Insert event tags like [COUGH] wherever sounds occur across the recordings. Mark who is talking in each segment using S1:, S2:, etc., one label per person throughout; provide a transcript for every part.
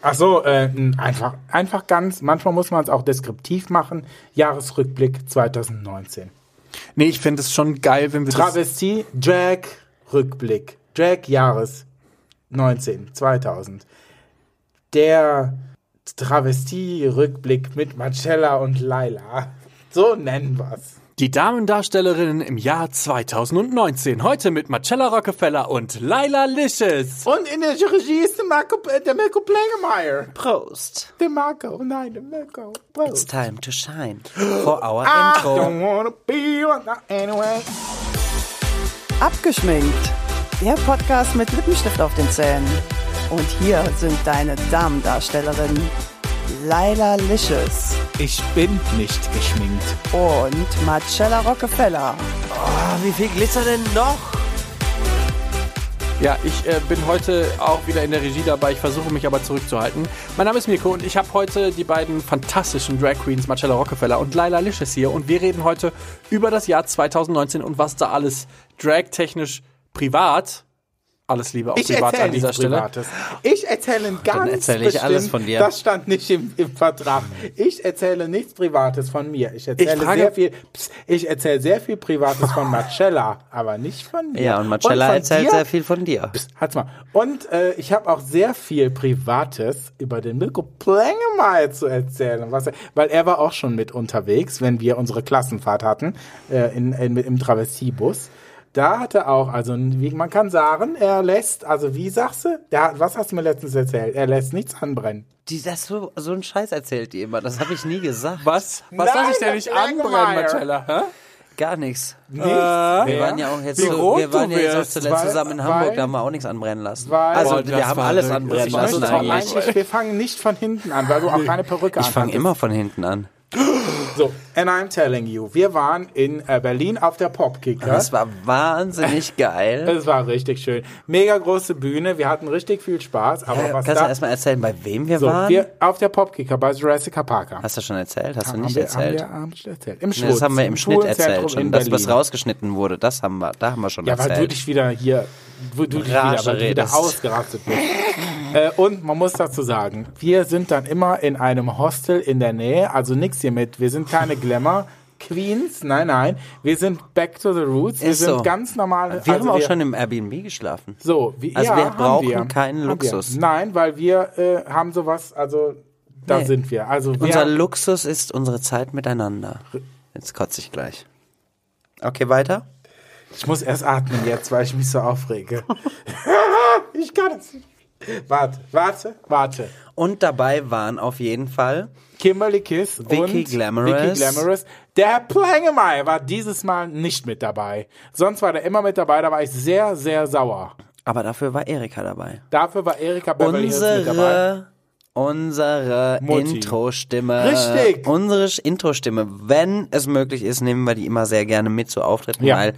S1: Ach so, äh, einfach, einfach ganz, manchmal muss man es auch deskriptiv machen. Jahresrückblick 2019.
S2: Nee, ich fände es schon geil, wenn wir das.
S1: Travestie, Drag, Rückblick. Drag, Jahres 19, 2000. Der Travestie, Rückblick mit Marcella und Laila. So nennen wir's.
S2: Die Damendarstellerinnen im Jahr 2019. Heute mit Marcella Rockefeller und Laila Lisches.
S1: Und in der Regie ist der Marco, äh, der Mirko Plagemeyer.
S3: Prost.
S1: Der Marco, nein, der Mirko.
S3: It's
S1: Prost.
S3: time to shine for our
S1: I
S3: intro.
S1: don't wanna be one anyway.
S4: Abgeschminkt. Der Podcast mit Lippenstift auf den Zähnen. Und hier sind deine Damendarstellerinnen Laila Lisches
S5: Ich bin nicht geschminkt.
S4: und Marcella Rockefeller.
S3: Ah, wie viel Glitzer denn noch?
S2: Ja, ich äh, bin heute auch wieder in der Regie dabei. Ich versuche mich aber zurückzuhalten. Mein Name ist Mirko und ich habe heute die beiden fantastischen Drag Queens Marcella Rockefeller und Laila Lisches hier. Und wir reden heute über das Jahr 2019 und was da alles drag-technisch privat. Alles Liebe auch
S1: Ich
S2: privat
S1: erzähle
S2: an dieser
S1: nichts
S2: Stelle.
S1: Privates. Ich erzähle ganz
S3: erzähle ich
S1: bestimmt,
S3: alles von dir.
S1: Das stand nicht im, im Vertrag. Ich erzähle nichts Privates von mir. Ich erzähle
S2: Ich frage-
S1: sehr viel. Psst, ich erzähle sehr viel Privates von Marcella, aber nicht von mir.
S3: Ja, und Marcella
S1: von
S3: erzählt
S1: dir-
S3: sehr viel von dir.
S1: Hat's mal. Und äh, ich habe auch sehr viel Privates über den Mirko Plengemal zu erzählen. Was er, weil er war auch schon mit unterwegs, wenn wir unsere Klassenfahrt hatten äh, in, in, im Travestiebus. Da hat er auch, also wie man kann sagen, er lässt, also wie sagst du, der, hat- was hast du mir letztens erzählt? Er lässt nichts anbrennen.
S3: Die, das so, so einen Scheiß erzählt die immer. Das habe ich nie gesagt.
S2: Was?
S1: Nein,
S2: Was lasse ich denn
S1: Herr
S2: nicht
S1: Plagemeyer.
S2: anbrennen, Marcella? Hä?
S3: Gar nichts.
S1: Nichts. Wir
S3: Wir waren ja auch jetzt,
S2: Wie
S3: so,
S2: rot
S3: wir waren
S2: du
S3: ja jetzt auch
S2: wirst,
S3: zuletzt
S1: weil-
S3: zusammen in Hamburg,
S1: weil-
S3: da haben wir auch nichts anbrennen lassen.
S1: weil-
S3: also
S1: Boah,
S2: das
S3: wir haben
S2: war
S3: alles
S2: wirklich-
S3: anbrennen
S2: Ich
S1: Ich
S2: möchte
S3: lassen
S1: möchte
S2: auch
S3: eigentlich.
S1: eigentlich, wir fangen nicht von hinten an, weil du auch keine Perücke
S3: [LAUGHS] Ich
S1: hast.
S3: fange immer von hinten an.
S1: So, and I'm telling you, wir waren in äh, Berlin auf der Popkicker.
S3: Das war wahnsinnig geil.
S1: Es war richtig schön. Mega große Bühne, wir hatten richtig viel Spaß. Aber was
S3: Kannst du
S1: da,
S3: erstmal erzählen, bei wem wir
S1: so,
S3: waren?
S1: wir auf der Popkicker bei Jurassic Parker.
S3: Hast du schon erzählt? Hast du
S1: Haben
S3: nicht
S1: wir, haben
S3: erzählt?
S1: wir abends erzählt. Im
S3: Nee, das
S1: Schwutz,
S3: haben wir im Schnitt
S1: Schwulenzentrum
S3: erzählt schon.
S1: in
S3: Das, was
S1: Berlin.
S3: rausgeschnitten wurde, das haben wir, da haben wir schon
S1: Ja, weil du
S3: erzählt.
S1: dich wieder hier, wo du dich wieder,
S3: Rage
S1: weil du wieder
S3: redest.
S1: ausgerastet bist. äh, und man muss dazu sagen, wir sind dann immer in einem Hostel in der Nähe, also nix hier mit. Wir sind keine Glamour. Queens, nein, nein. Wir sind back to the roots. Wir
S3: Ist
S1: sind
S3: so.
S1: ganz normale.
S3: wir
S1: also
S3: haben auch schon im Airbnb geschlafen.
S1: So, wie,
S3: Also
S1: ja,
S3: wir
S1: haben
S3: brauchen
S1: wir.
S3: keinen
S1: Haben
S3: Luxus.
S1: Wir. Nein, weil wir äh, haben sowas, also da
S3: Nee.
S1: sind wir. Also
S3: Unser
S1: wir,
S3: Luxus ist unsere Zeit miteinander. Jetzt kotze ich gleich. Okay, weiter?
S1: ich muss erst atmen jetzt, weil ich mich so
S3: [LAUGHS]
S1: aufrege. ich kann es nicht. Warte, warte, warte.
S3: Und dabei waren auf jeden Fall
S1: Kimberly Kiss
S3: Vicky
S1: und
S3: Glamorous.
S1: Vicky Glamorous. Der Herr Plangemeyer war dieses Mal nicht mit dabei. Sonst war der immer mit dabei, da war ich sehr, sehr sauer.
S3: Aber dafür war Erika dabei.
S1: Dafür war Erika Beverly Hills mit dabei.
S3: Unsere, unsere
S1: Mutti.
S3: Intro-Stimme.
S1: Richtig.
S3: Unsere Sch- Intro-Stimme. Wenn es möglich ist, nehmen wir die immer sehr gerne mit zu Auftritten,
S1: Ja.
S3: weil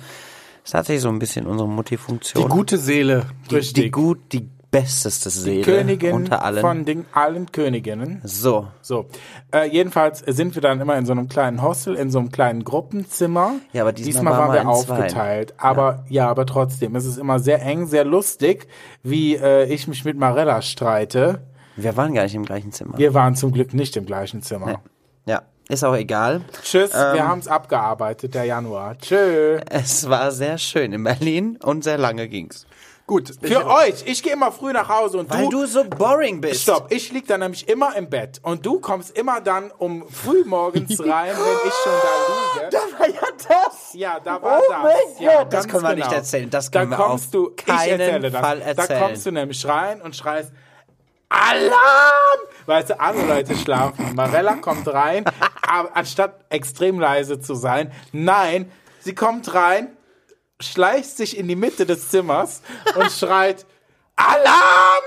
S3: es tatsächlich so ein bisschen unsere Mutti-Funktion.
S2: Gute Seele.
S1: Richtig.
S3: die gut, die besteste Seele
S1: Königin
S3: unter allen.
S1: von den, allen Königinnen.
S3: so,
S1: So, äh, jedenfalls sind wir dann immer in so einem kleinen Hostel, in so einem kleinen Gruppenzimmer.
S3: Ja, aber diesmal waren wir
S1: waren wir
S3: in zwei.
S1: aufgeteilt. Aber ja. aber trotzdem, es ist immer sehr eng, sehr lustig, wie äh, ich mich mit Marella streite.
S3: wir waren gar nicht im gleichen Zimmer.
S1: Wir waren zum Glück nicht im gleichen Zimmer.
S3: Ja, Ähm. ist auch egal.
S1: Tschüss, wir haben's abgearbeitet, der Januar. Tschö.
S3: Es war sehr schön in Berlin und sehr lange ging's.
S2: Gut. Ich,
S1: Für euch, ich gehe immer früh nach Hause und
S3: Weil
S1: du
S3: du so boring bist.
S1: Stopp, ich lieg dann nämlich immer im Bett und du kommst immer dann um früh
S3: [LAUGHS]
S1: morgens rein, wenn ich schon da liege.
S3: war ja das.
S1: Ja, da war
S3: Oh
S1: das.
S3: mein
S1: ja,
S3: Gott, das
S1: ganz
S3: können wir
S1: genau.
S3: nicht erzählen. Das
S1: da
S3: können wir
S1: kommst
S3: auf
S1: du, ich
S3: keinen
S1: erzähle das.
S3: Fall
S1: Da
S3: erzählen.
S1: kommst du nämlich rein und schreist Alarm! Weißt du, andere Leute schlafen. [LAUGHS] Marella kommt rein, aber anstatt extrem leise zu sein, nein, sie kommt rein, schleicht sich in die Mitte des Zimmers und schreit Alarm!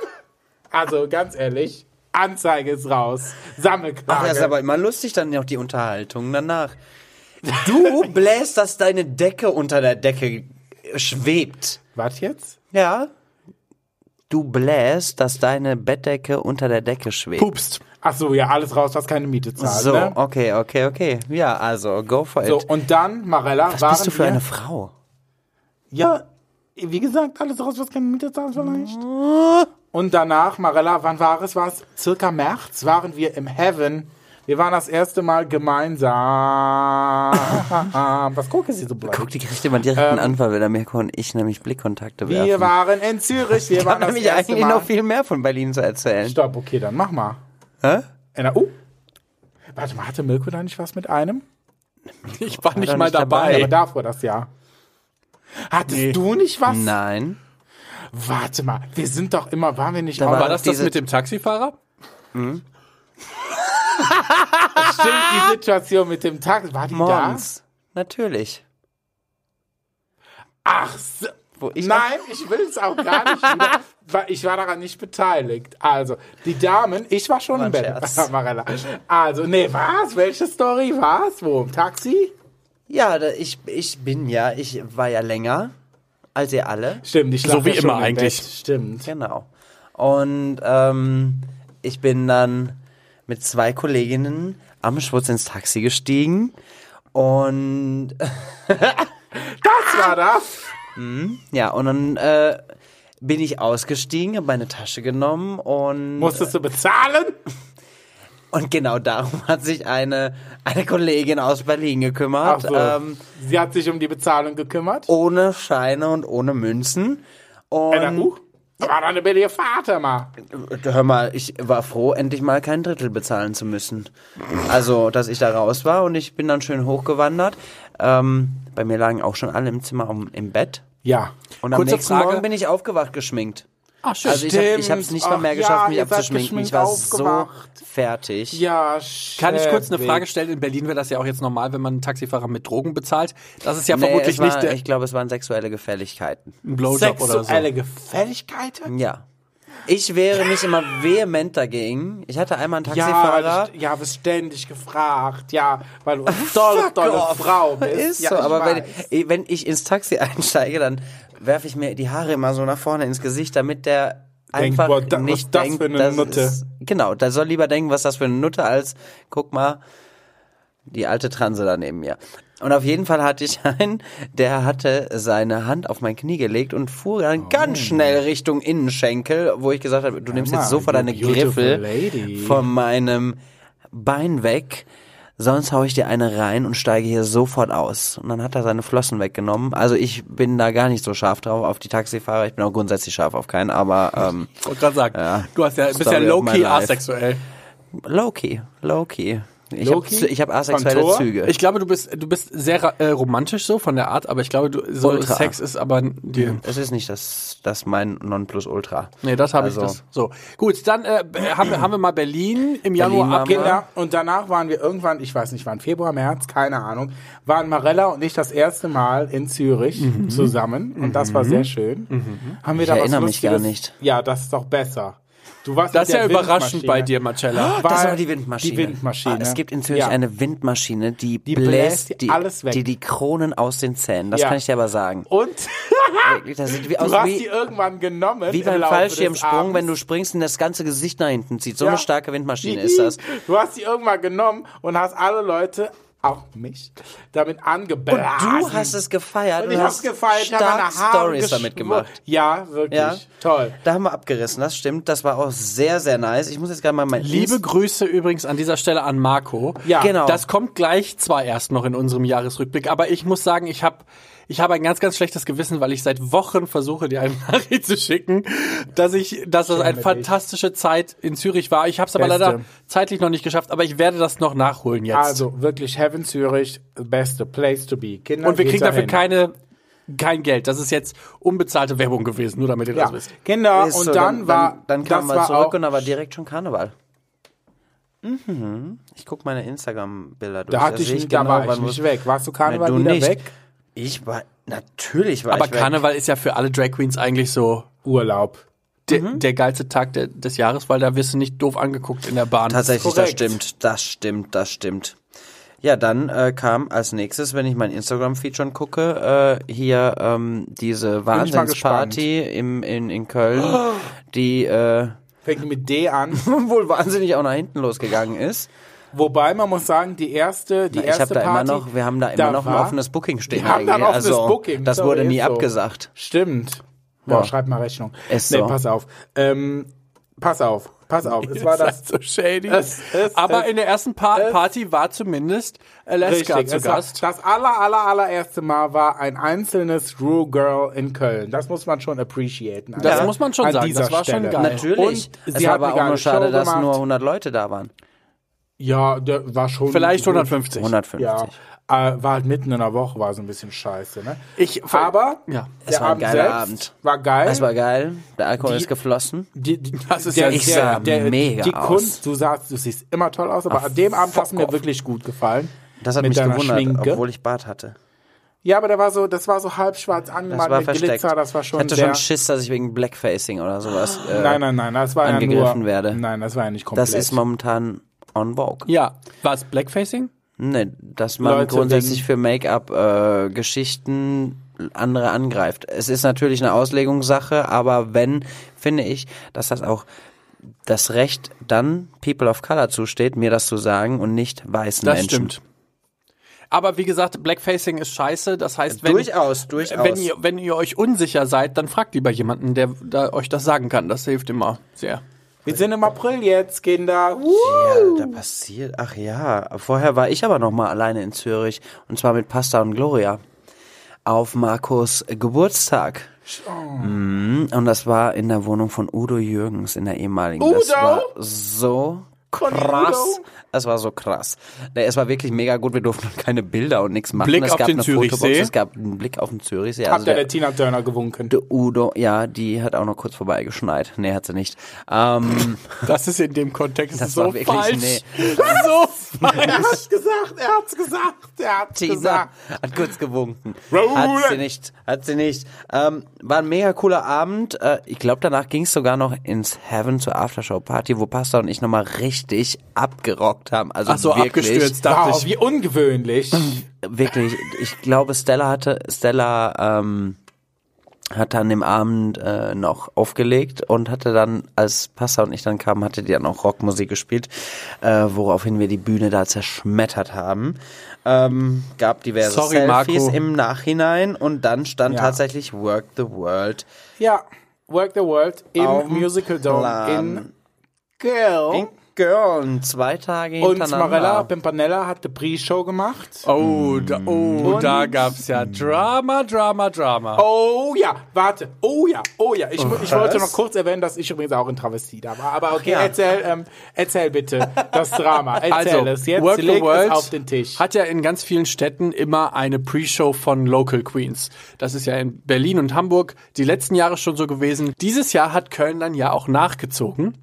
S1: Also ganz ehrlich, Anzeige ist raus.
S3: Ach,
S1: Sammelklage.
S3: das ist aber immer lustig, dann noch die Unterhaltung
S1: [LAUGHS]
S3: danach. Du bläst, dass deine Decke unter der Decke schwebt.
S1: Was jetzt?
S3: Ja. Du bläst, dass deine Bettdecke unter der Decke schwebt.
S2: pupst.
S1: Ach so, ja, alles raus, was keine Miete zahlt.
S3: So, oh,
S1: ne?
S3: okay, okay, okay. Ja, also, go for it.
S1: So, und dann, Marella,
S3: Was
S1: waren
S3: bist du für
S1: wir,
S3: eine Frau?
S1: Ja, wie gesagt, alles raus, was keine Miete zahlt vielleicht. Und danach, Marella, wann war es? War es circa März? Waren wir im Heaven. Wir waren das erste Mal
S3: [LAUGHS]
S1: gemeinsam. Was gucken Sie so blöd?
S3: Guck, die kriegt immer direkt einen Anfall, wenn der Mirko und ich nämlich Blickkontakte werfen.
S1: Ähm, Wir waren in Zürich. Wir
S3: ich
S1: waren
S3: habe
S1: das
S3: nämlich
S1: erste
S3: eigentlich
S1: Mal.
S3: noch viel mehr von Berlin zu erzählen.
S1: Stopp, okay, dann mach mal.
S3: Hä?
S1: In der, uh. Warte mal, hatte Mirko da nicht was mit einem?
S2: Ich war nicht
S3: doch
S2: mal
S3: nicht
S2: dabei.
S3: dabei,
S1: Aber davor das Jahr. Hattest du nicht was?
S3: Nein.
S1: Warte mal, wir sind doch immer, waren wir nicht
S3: Da
S1: auch-
S2: War das das
S3: Diese-
S2: mit dem Taxifahrer?
S1: Stimmt die Situation mit dem Tag? War die
S3: Morgens. Natürlich.
S1: da? Ach, so.
S3: Wo ich
S1: nein, ich will es auch gar nicht wieder. weil Ich war daran nicht beteiligt. Also, die Damen, ich war schon
S3: War
S1: im
S3: ein
S1: Bett. [LAUGHS]
S3: Scherz.
S1: Marella. Also, nee, was? Welche Story? Was? Wo? Im Taxi?
S3: Ja, da, ich, ich bin ja, ich war ja länger als ihr alle.
S1: Stimmt, ich lag
S2: So wie
S1: ja schon
S2: immer
S1: im
S2: eigentlich.
S1: Bett. Stimmt.
S3: Genau. Und ähm, ich bin dann mit zwei Kolleginnen am Schwutz ins Taxi gestiegen. Und äh,
S1: Das war das.
S3: ja, und dann äh, bin ich ausgestiegen, habe meine Tasche genommen und.
S1: Musstest du bezahlen?
S3: Und genau darum [LAUGHS] hat sich eine, eine Kollegin aus Berlin
S1: Ach
S3: gekümmert.
S1: so.
S3: Ähm,
S1: Sie hat sich um die Bezahlung gekümmert.
S3: ohne Scheine und ohne Münzen. Und
S1: NAU? War doch eine billige Fahrt, hör mal.
S3: hör mal, ich war froh, endlich mal kein Drittel bezahlen zu müssen. Also, dass ich da raus war und ich bin dann schön hochgewandert. Ähm, bei mir lagen auch schon alle im Zimmer um, im Bett.
S1: Ja.
S3: Und am
S2: Kurze
S3: nächsten
S2: Frage.
S3: Morgen bin ich aufgewacht geschminkt.
S1: Ah,
S2: Ach, schön.
S3: Also ich habe ich hab's nicht mal
S1: Ach
S3: mehr
S1: ja,
S3: geschafft, mich
S1: ihr seid
S3: abzuschminken. Ich
S1: geschminkt
S3: war
S1: aufgewacht.
S3: so fertig.
S1: Ja,
S2: Kann ich kurz eine
S1: schäbig.
S2: Frage stellen? In Berlin wäre das ja auch jetzt normal, wenn man einen Taxifahrer mit Drogen bezahlt. Das ist ja
S3: Nee,
S2: vermutlich
S3: es war,
S2: nicht der
S3: ich glaube, es waren sexuelle Gefälligkeiten.
S2: ein Blowjob oder so.
S1: Sexuelle Gefälligkeiten?
S3: Ja. Ich wehre mich immer vehement dagegen. Ich hatte einmal einen
S1: Ja,
S3: Taxifahrer.
S1: weil ich, ja, wirst ständig gefragt. Ja, weil du
S3: [LAUGHS]
S1: eine tolle, tolle
S3: off.
S1: Frau bist.
S3: Ist
S1: ja,
S3: so,
S1: ich
S3: aber wenn,
S1: weiß.
S3: eh, wenn ich ins Taxi [LAUGHS] einsteige, dann werfe ich mir die Haare immer so nach vorne ins Gesicht, damit der einfach
S1: boah, da- was
S3: nicht
S1: das
S3: denkt,
S1: für eine
S3: das
S1: Nutte.
S3: Ist, genau, da soll lieber denken, was das für eine Nutte, als guck mal, die alte Transe da neben mir. Und auf jeden Fall hatte ich [LAUGHS] einen, der hatte seine Hand auf mein Knie gelegt und fuhr
S1: Oh.
S3: dann ganz schnell Richtung Innenschenkel, wo ich gesagt habe, du nimmst jetzt
S1: mal,
S3: sofort
S1: you
S3: deine
S1: beautiful
S3: Griffel
S1: lady.
S3: von meinem Bein weg, sonst hau ich dir eine rein und steige hier sofort aus. Und dann hat er seine Flossen weggenommen. Also ich bin da gar nicht so scharf drauf auf die Taxifahrer. Ich bin auch grundsätzlich scharf auf keinen, aber ähm,
S2: Ich wollte gerade sagen, du hast ja, bist ja
S3: Story of my
S2: low-key
S3: life.
S2: asexuell.
S3: Loki, Loki. Ich habe
S1: Low-key?
S3: hab asexuelle
S1: Von Thor?
S3: Züge.
S2: Ich glaube, du bist, du bist sehr ra- äh, romantisch so von der Art, aber ich glaube, du, so
S3: Ultra.
S2: Sex ist aber dir.
S3: es ist nicht das, das mein Nonplusultra.
S2: Nee, das habe ich
S3: Also-
S2: das. So. Gut, dann äh, haben, wir, haben wir mal Berlin im Januar
S3: haben wir.
S2: abge-
S1: Genau, und danach waren wir irgendwann, ich weiß nicht wann, Februar, März, keine Ahnung, waren Marella und ich das erste Mal in Zürich zusammen und das war sehr schön. Haben wir
S3: Mhm. Ich
S1: da was
S3: erinnere mich
S1: Lustiges-
S3: gar nicht.
S1: Ja, das ist doch besser. Du warst
S2: Das ist
S1: mit
S2: ja
S1: der
S2: überraschend
S1: Windmaschine.
S2: bei
S1: Ah,
S2: dir, Marcella.
S3: Das ist
S1: Weil-
S3: aber die Windmaschine.
S1: Die Windmaschine.
S3: Ah, es gibt in Zürich
S1: Ja.
S3: eine Windmaschine, die,
S1: bläst
S3: bläst,
S1: dir
S3: die,
S1: alles weg.
S3: die die Kronen aus den Zähnen. Das
S1: Ja.
S3: kann ich dir aber sagen.
S1: Und
S3: Wirklich, Das sieht wie,
S1: du
S3: aus,
S1: hast die
S3: wie,
S1: irgendwann genommen.
S3: wie
S1: im
S3: beim
S1: Laufe des
S3: Fallschirmsprung,
S1: Abends.
S3: wenn du springst und das ganze Gesicht nach hinten zieht. So
S1: Ja.
S3: eine starke Windmaschine ist das.
S1: [LAUGHS] Du hast sie irgendwann genommen und hast alle Leute, auch mich, damit angeblasen.
S3: Du hast es gefeiert.
S1: und
S3: du
S1: ich
S3: hast
S1: hab's gefeiert, hab
S3: stark
S1: meine Haare
S3: Stories damit
S1: geschwungen.
S3: gemacht.
S1: Ja, wirklich.
S3: Ja.
S1: Toll.
S3: Da haben wir abgerissen, das stimmt. Das war auch sehr, sehr nice. Ich muss jetzt gerade mal mein
S2: Liebe
S3: Inst-
S2: Grüße übrigens an dieser Stelle an Marco.
S1: Ja.
S3: Genau.
S2: Das kommt gleich zwar erst noch in unserem Jahresrückblick, aber ich muss sagen, ich habe ich hab ein ganz, ganz schlechtes Gewissen, weil ich seit Wochen versuche, dir [LAUGHS] eine Nachricht zu schicken, dass ich, dass das eine
S1: dich.
S2: fantastische Zeit in Zürich war. Ich habe es aber
S1: Beste.
S2: leider zeitlich noch nicht geschafft, aber ich werde das noch nachholen jetzt.
S1: Also wirklich Heaven Zürich, beste place to be. Kinder
S2: Und wir
S1: geht
S2: kriegen dafür
S1: dahin.
S2: keine, kein Geld. Das ist jetzt unbezahlte Werbung gewesen, nur damit ihr
S1: Ja,
S2: das wisst.
S1: genau.
S3: Ist
S1: und
S3: so,
S1: dann, war,
S3: dann, dann kamen
S1: das
S3: wir
S1: war
S3: zurück
S1: auch,
S3: und da war direkt schon Karneval. Mhm. Ich guck meine Instagram-Bilder durch. Also
S1: da hatte
S3: sehe genau,
S1: ich, da war ich
S3: wann-
S1: nicht weg. Warst du
S3: Ja,
S1: Karneval
S3: du
S1: wieder
S3: nicht.
S1: weg?
S3: Ich war, natürlich war
S2: Aber
S3: ich weg.
S2: Karneval ist ja für alle Drag Queens eigentlich so
S1: Urlaub.
S2: der, der geilste Tag de, des Jahres, weil da wirst du nicht doof angeguckt in der Bahn.
S3: Tatsächlich, das
S1: korrekt.
S3: stimmt, das stimmt, das stimmt. Ja, dann äh, kam als nächstes, wenn ich mein Instagram-Feed schon gucke, äh, hier ähm, diese
S1: ich mal Oh.
S3: Wahnsinnsparty im, in, in Köln, die äh, [LAUGHS]
S1: Fängt mit D an.
S3: wohl wahnsinnig auch nach hinten losgegangen ist.
S1: Wobei man muss sagen, die erste, die
S3: ich
S1: erste
S3: habe da
S1: Party,
S3: immer noch, wir haben da immer noch ein
S1: war-
S3: offenes Booking stehen.
S1: Wir haben da ein
S3: eigentlich.
S1: offenes
S3: also,
S1: Booking,
S3: Das
S1: sorry,
S3: wurde nie
S1: ist so.
S3: abgesagt.
S1: Stimmt. Boah, schreib mal Rechnung.
S3: Ist
S1: nee,
S3: so.
S1: pass auf. Ähm, pass auf, pass auf. Es war
S3: [LAUGHS]
S1: das.
S2: so shady.
S1: Es- es-
S2: Aber
S1: es-
S2: in der ersten Pa-
S1: es-
S2: Party war zumindest Alaska zu
S1: es war-
S2: Gast.
S1: Das aller, aller, allererste Mal war ein einzelnes Rue Girl in Köln. Das muss man schon appreciaten.
S2: Das
S1: Also
S2: muss man schon
S1: an
S2: sagen,
S1: dieser
S2: das war schon
S1: Stelle.
S2: geil.
S3: Natürlich.
S1: Und sie
S3: es war
S1: hat eine
S3: aber auch
S1: geile
S3: nur
S1: Show
S3: schade, dass
S1: gemacht.
S3: nur 100 Leute da waren.
S1: Ja, der war schon.
S2: Vielleicht 150.
S3: 150.
S1: Ja, äh, war halt mitten in der Woche, war so ein bisschen scheiße, ne?
S2: Ich,
S1: Aber der
S2: Ja.
S3: Es war ein
S1: Abend
S3: geiler
S1: selbst
S3: Abend.
S1: war geil.
S3: Das war geil. Der Alkohol
S1: Die-
S3: ist geflossen.
S1: die, die,
S2: Das ist
S1: der,
S2: ja-
S1: der,
S2: ich
S3: sah
S1: der,
S3: mega
S1: Die
S3: aus.
S1: Kunst, du sagst, du siehst immer toll aus, aber an dem Abend
S3: fuck
S1: hast du mir
S3: off.
S1: wirklich gut gefallen.
S3: Das hat
S1: Mit
S3: mich
S1: deiner
S3: gewundert,
S1: Schminke.
S3: obwohl ich Bart hatte.
S1: Ja, aber der war so, das war so halb schwarz
S3: Das
S1: angemalt
S3: war
S1: mit
S3: versteckt.
S1: Glitzer, das war schon
S3: ich hatte
S1: sehr,
S3: schon Schiss, dass ich wegen Blackfacing oder sowas. Äh,
S1: Nein, nein, nein, das war ja
S3: angegriffen
S1: nur,
S3: werde.
S1: Nein, das war ja nicht komplett.
S3: das ist momentan on vogue.
S2: Ja. War es Blackfacing?
S3: Nee, Ne, dass man
S1: Leute
S3: grundsätzlich
S1: wegen-
S3: für Make-up-Geschichten andere angreift. Es ist natürlich eine Auslegungssache, aber wenn, finde ich, dass das auch das Recht dann People of Color zusteht, mir das zu sagen und nicht weißen
S2: Das
S3: Menschen.
S2: stimmt. Aber wie gesagt, Blackfacing ist scheiße. Das heißt, wenn,
S3: Durchaus, durchaus.
S2: wenn, ihr, wenn ihr euch unsicher seid, dann fragt lieber jemanden, der da euch das sagen kann. Das hilft immer sehr.
S1: Wir sind im April jetzt, Kinder. Uh.
S3: ja, da passiert. Ach ja, vorher war ich aber noch mal alleine in Zürich und zwar mit Pasta und Gloria auf Markus Geburtstag.
S2: Oh.
S3: Mhm, Und das war in der Wohnung von Udo Jürgens in der ehemaligen. Das
S1: Udo?
S3: war so
S1: Conny
S3: krass. Also
S1: Udo?
S3: Es war so krass. Nee, es war wirklich mega gut. Wir durften keine Bilder und nichts machen.
S2: Blick
S3: es
S2: auf
S3: gab
S2: den
S3: eine Fotobox,
S2: Zürichsee.
S3: es gab einen Blick auf den Zürichsee.
S1: Habt ihr
S3: wer-
S1: der Tina Turner gewunken?
S3: Udo, ja, die hat auch noch kurz vorbeigeschneit. Nee, hat sie nicht. Ähm,
S2: Das ist in dem Kontext
S3: Das
S2: so
S3: war wirklich-
S2: falsch.
S1: [LAUGHS]
S3: nee.
S2: So
S1: Er
S2: falsch.
S1: hat's gesagt, er hat's gesagt, er hat's
S3: Tina
S1: gesagt.
S3: hat kurz gewunken.
S1: Raoul!
S3: Hat sie nicht, hat sie nicht. Ähm, war ein mega cooler Abend. Äh, ich glaube, danach ging es sogar noch ins Heaven zur Aftershow-Party, wo Pasta und ich nochmal richtig abgerockt haben. Also
S2: Ach so,
S3: wirklich,
S2: abgestürzt, dachte
S1: Wow,
S2: ich.
S1: wie ungewöhnlich.
S3: Wirklich. Ich glaube, Stella hatte, Stella ähm, hat an dem Abend äh, noch aufgelegt und hatte dann, als Pasta und ich dann kamen, hatte die dann auch Rockmusik gespielt, äh, woraufhin wir die Bühne da zerschmettert haben. Ähm, gab diverse
S2: Sorry,
S3: Selfies
S2: Marco.
S3: im Nachhinein und dann stand
S1: Ja.
S3: tatsächlich Work the World
S1: Ja, Work the World im
S3: Auf dem
S1: Musical Dome
S3: Plan.
S1: in Girl.
S3: in Köln. Zwei Tage
S1: Und
S3: hintereinander.
S1: Marella Pimpanella hat die Pre-Show gemacht.
S2: Oh, da, oh da gab's ja Drama, Drama, Drama.
S1: Oh ja, warte. Oh ja, oh ja. Ich, mu- ich
S3: Was?
S1: wollte noch kurz erwähnen, dass ich übrigens auch in Travestie da war. Aber okay,
S3: ja.
S1: erzähl, ähm, erzähl bitte das Drama. Erzähl es. Jetzt
S2: Also, Work the
S1: leg es
S2: World
S1: auf den Tisch.
S2: Hat ja in ganz vielen Städten immer eine Pre-Show von Local Queens. Das ist ja in Berlin und Hamburg die letzten Jahre schon so gewesen. Dieses Jahr hat Köln dann ja auch nachgezogen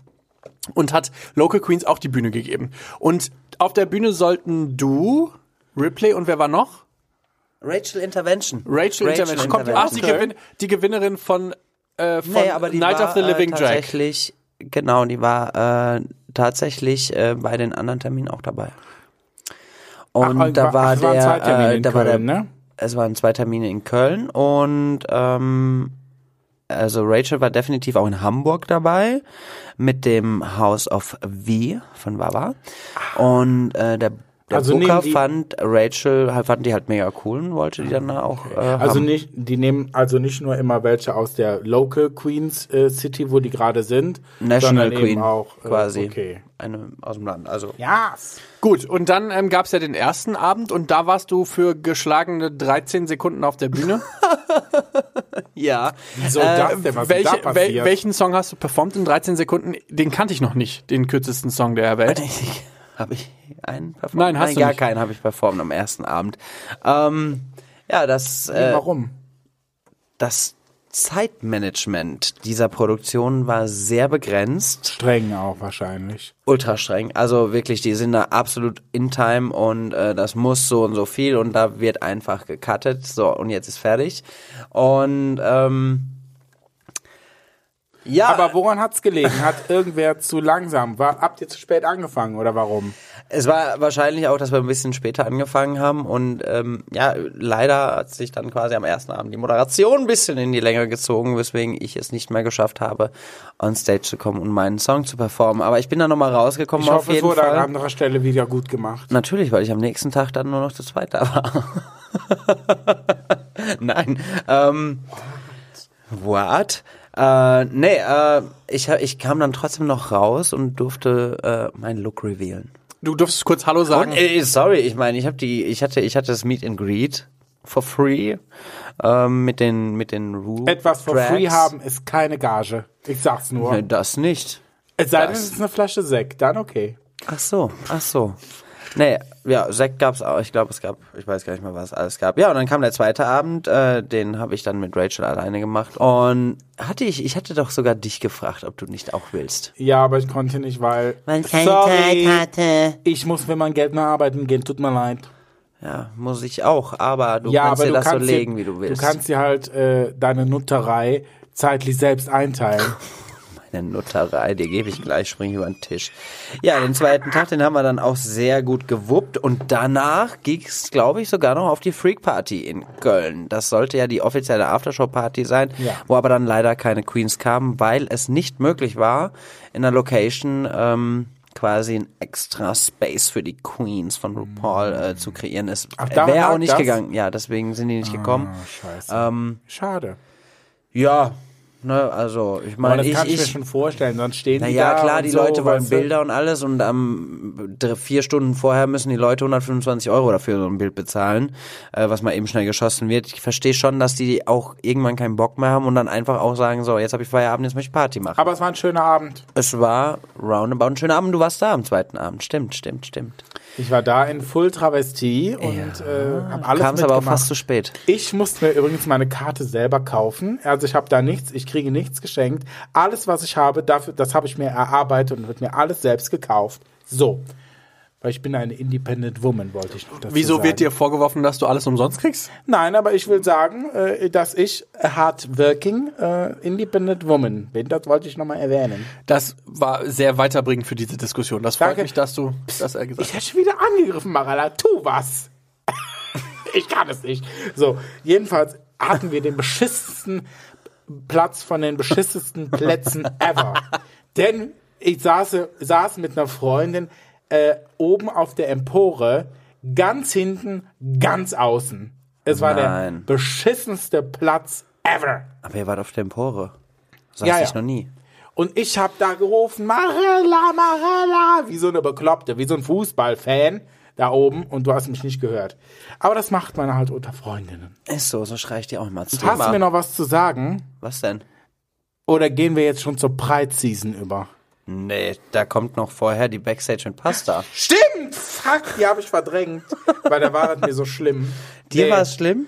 S2: und hat Local Queens auch die Bühne gegeben. Und auf der Bühne sollten du, Ripley und wer war noch?
S3: Rachel Intervention.
S2: Rachel, Intervention. Kommt, Ah, ach, die, Gewin die Gewinnerin von, äh, von
S3: Nee, aber die
S2: Night
S3: war,
S2: of the Living
S3: äh,
S2: Drag.
S3: tatsächlich, genau, die war äh, tatsächlich äh, bei den anderen Terminen auch dabei. Und
S1: Ach,
S3: da
S1: ach,
S3: war
S1: es waren zwei
S3: der,
S1: Termine
S3: äh,
S1: in
S3: da war der,
S1: Köln, ne?
S3: es waren zwei Termine in Köln und ähm, also Rachel war definitiv auch in Hamburg dabei mit dem House of V von Wawa und äh, der der
S1: Also nehmen
S3: Booker
S1: die-
S3: fand Rachel, halt, fand die halt mega cool und wollte die dann da auch äh,
S1: Also
S3: haben.
S1: nicht, die nehmen also nicht nur immer welche aus der Local Queens äh, City, wo die gerade sind,
S3: National
S1: sondern
S3: Queen
S1: eben auch äh,
S3: quasi.
S1: Okay.
S3: Eine aus dem Land. Also
S1: Yes.
S2: Gut, und dann ähm, gab's ja den ersten Abend und da warst du für geschlagene 13 Sekunden auf der Bühne.
S3: ja. [LAUGHS]
S1: So das denn, was
S2: Welche,
S1: da passiert?
S2: wel, welchen Song hast du performt in 13 Sekunden? Den kannte ich noch nicht, den kürzesten Song der Welt.
S3: Habe ich einen performt?
S2: Nein, hast du
S3: gar
S2: nicht.
S3: keinen habe ich performt am ersten Abend. Ähm, ja, das, äh,
S1: Warum?
S3: das Zeitmanagement dieser Produktion war sehr begrenzt,
S1: Streng auch wahrscheinlich.
S3: ultra streng. Also wirklich, die sind da absolut in time und äh, das muss so und so viel und da wird einfach gecuttet. So, und jetzt ist fertig. Und ähm, ja,
S1: Aber woran hat's gelegen? Hat irgendwer zu langsam? War, habt ihr zu spät angefangen oder warum?
S3: Es war wahrscheinlich auch, dass wir ein bisschen später angefangen haben und ähm, ja, leider hat sich dann quasi am ersten Abend die Moderation ein bisschen in die Länge gezogen, weswegen ich es nicht mehr geschafft habe, on stage zu kommen und meinen Song zu performen. Aber ich bin da nochmal rausgekommen
S1: Ich
S3: auf
S1: hoffe, es
S3: jeden
S1: wurde an
S3: Fall.
S1: anderer Stelle wieder gut gemacht.
S3: Natürlich, weil ich am nächsten Tag dann nur noch zu [LAUGHS] zweit da war. Nein. Ähm, What? Äh, nee, äh, ich, ich kam dann trotzdem noch raus und durfte äh, meinen Look revealen.
S2: Du durftest kurz Hallo sagen.
S3: Und, äh, sorry, ich meine, ich habe die, ich hatte, ich hatte das Meet and Greet for free ähm, mit den mit den Ru
S1: Etwas for free
S3: Drags.
S1: haben ist keine Gage. Ich sag's nur.
S3: Nee, Das nicht.
S1: Es sei denn, es ist eine Flasche Sekt, dann okay.
S3: Ach so, ach so. Nee, ja, Sekt gab's auch. Ich glaube, es gab, ich weiß gar nicht mehr, was es alles gab. Ja, und dann kam der zweite Abend, äh, den habe ich dann mit Rachel alleine gemacht. Und hatte ich, ich hatte doch sogar dich gefragt, ob du nicht auch willst.
S1: Ja, aber ich konnte nicht, weil.
S3: Weil ich keine Zeit hatte.
S1: Ich muss, wenn man Geld mehr arbeiten gehen, tut mir leid.
S3: Ja, muss ich auch, aber du
S1: Ja,
S3: kannst
S1: aber du
S3: dir das so
S1: kannst
S3: legen,
S1: dir,
S3: wie du willst.
S1: Du kannst dir halt äh, deine Nutterei zeitlich selbst
S3: [LAUGHS]
S1: einteilen.
S3: Eine Nutterei, dir gebe ich gleich, spring über den Tisch. Ja, den zweiten Tag, den haben wir dann auch sehr gut gewuppt und danach ging's, glaube ich, sogar noch auf die Freak Party in Köln. Das sollte ja die offizielle Aftershow Party sein,
S1: Ja.
S3: wo aber dann leider keine Queens kamen, weil es nicht möglich war, in der Location ähm, quasi ein extra Space für die Queens von RuPaul äh, zu kreieren. Es
S1: daran
S3: wäre auch
S1: lag
S3: nicht
S1: das? Ah.
S3: gegangen. Ja, deswegen sind die nicht gekommen.
S1: Scheiße.
S3: Ähm,
S1: Schade.
S3: ja, ne, also ich
S1: Aber
S3: meine,
S1: das
S3: ich,
S1: kann ich,
S3: ich
S1: mir schon vorstellen, sonst stehen die
S3: naja,
S1: da
S3: klar,
S1: und
S3: die
S1: so,
S3: Leute wollen
S1: weißt du.
S3: Bilder und alles und am dr- vier Stunden vorher müssen die Leute 125 Euro dafür so ein Bild bezahlen, äh, was mal eben schnell geschossen wird. Ich verstehe schon, dass die auch irgendwann keinen Bock mehr haben und dann einfach auch sagen, so, jetzt habe ich Feierabend, jetzt möchte ich Party machen.
S1: Aber es war ein schöner Abend.
S3: es war roundabout ein schöner Abend, du warst da am zweiten Abend. Stimmt, stimmt, stimmt.
S1: Ich war da in Full Travestie und äh, hab alles
S3: Kam es aber auch
S1: mitgemacht.
S3: fast zu spät.
S1: Ich musste mir übrigens meine Karte selber kaufen. Also ich habe da nichts, ich kriege nichts geschenkt. Alles, was ich habe, dafür, das habe ich mir erarbeitet und wird mir alles selbst gekauft. So. Weil ich bin eine Independent Woman, wollte ich noch dazu
S2: Wieso
S1: sagen.
S2: wird dir vorgeworfen, dass du alles umsonst kriegst?
S1: Nein, aber ich will sagen, äh, dass ich hardworking, äh, independent woman bin. Das wollte ich nochmal erwähnen.
S2: Das war sehr weiterbringend für diese Diskussion. Das freut
S1: Danke.
S2: mich, dass du das äh, gesagt
S1: Ich hätte schon wieder angegriffen, Marala. Tu was. [LAUGHS] ich kann es nicht. So, jedenfalls hatten wir den beschissensten Platz von den beschissensten Plätzen ever. Denn ich saß, saß mit einer Freundin äh, oben auf der Empore, ganz hinten, ganz außen. Es war
S3: Nein.
S1: der beschissenste Platz ever.
S3: Aber ihr wart auf der Empore. Saß
S1: Ja, ja.
S3: ich noch nie.
S1: Und ich hab da gerufen, Marella, Marella, wie so eine Bekloppte, wie so ein Fußballfan da oben und du hast mich nicht gehört. Aber das macht man halt unter Freundinnen.
S3: Ist so, so schrei ich dir auch immer zu.
S1: Hast du mir noch was zu sagen?
S3: was denn?
S1: Oder gehen wir jetzt schon zur Pride-Season über?
S3: Nee, da kommt noch vorher die Backstage mit Pasta.
S1: Stimmt! Fuck, die habe ich
S2: [LAUGHS]
S1: verdrängt, weil da war es mir so schlimm.
S3: Dir
S1: Nee.
S3: war es schlimm?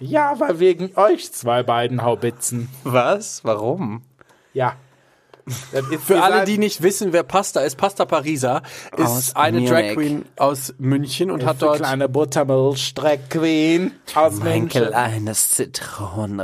S1: Ja, weil wegen euch zwei beiden Haubitzen.
S3: [LAUGHS] Was? Warum?
S1: Ja. Das ist
S2: Für alle, die nicht wissen, wer Pasta ist, Pasta Parisa ist
S3: Aus
S2: eine
S3: Munich.
S2: Drag Queen aus München und hat
S1: Dort.
S2: dort
S1: Kleine Buttermilch-Streck-Queen aus
S3: Ein
S1: München.
S3: kleines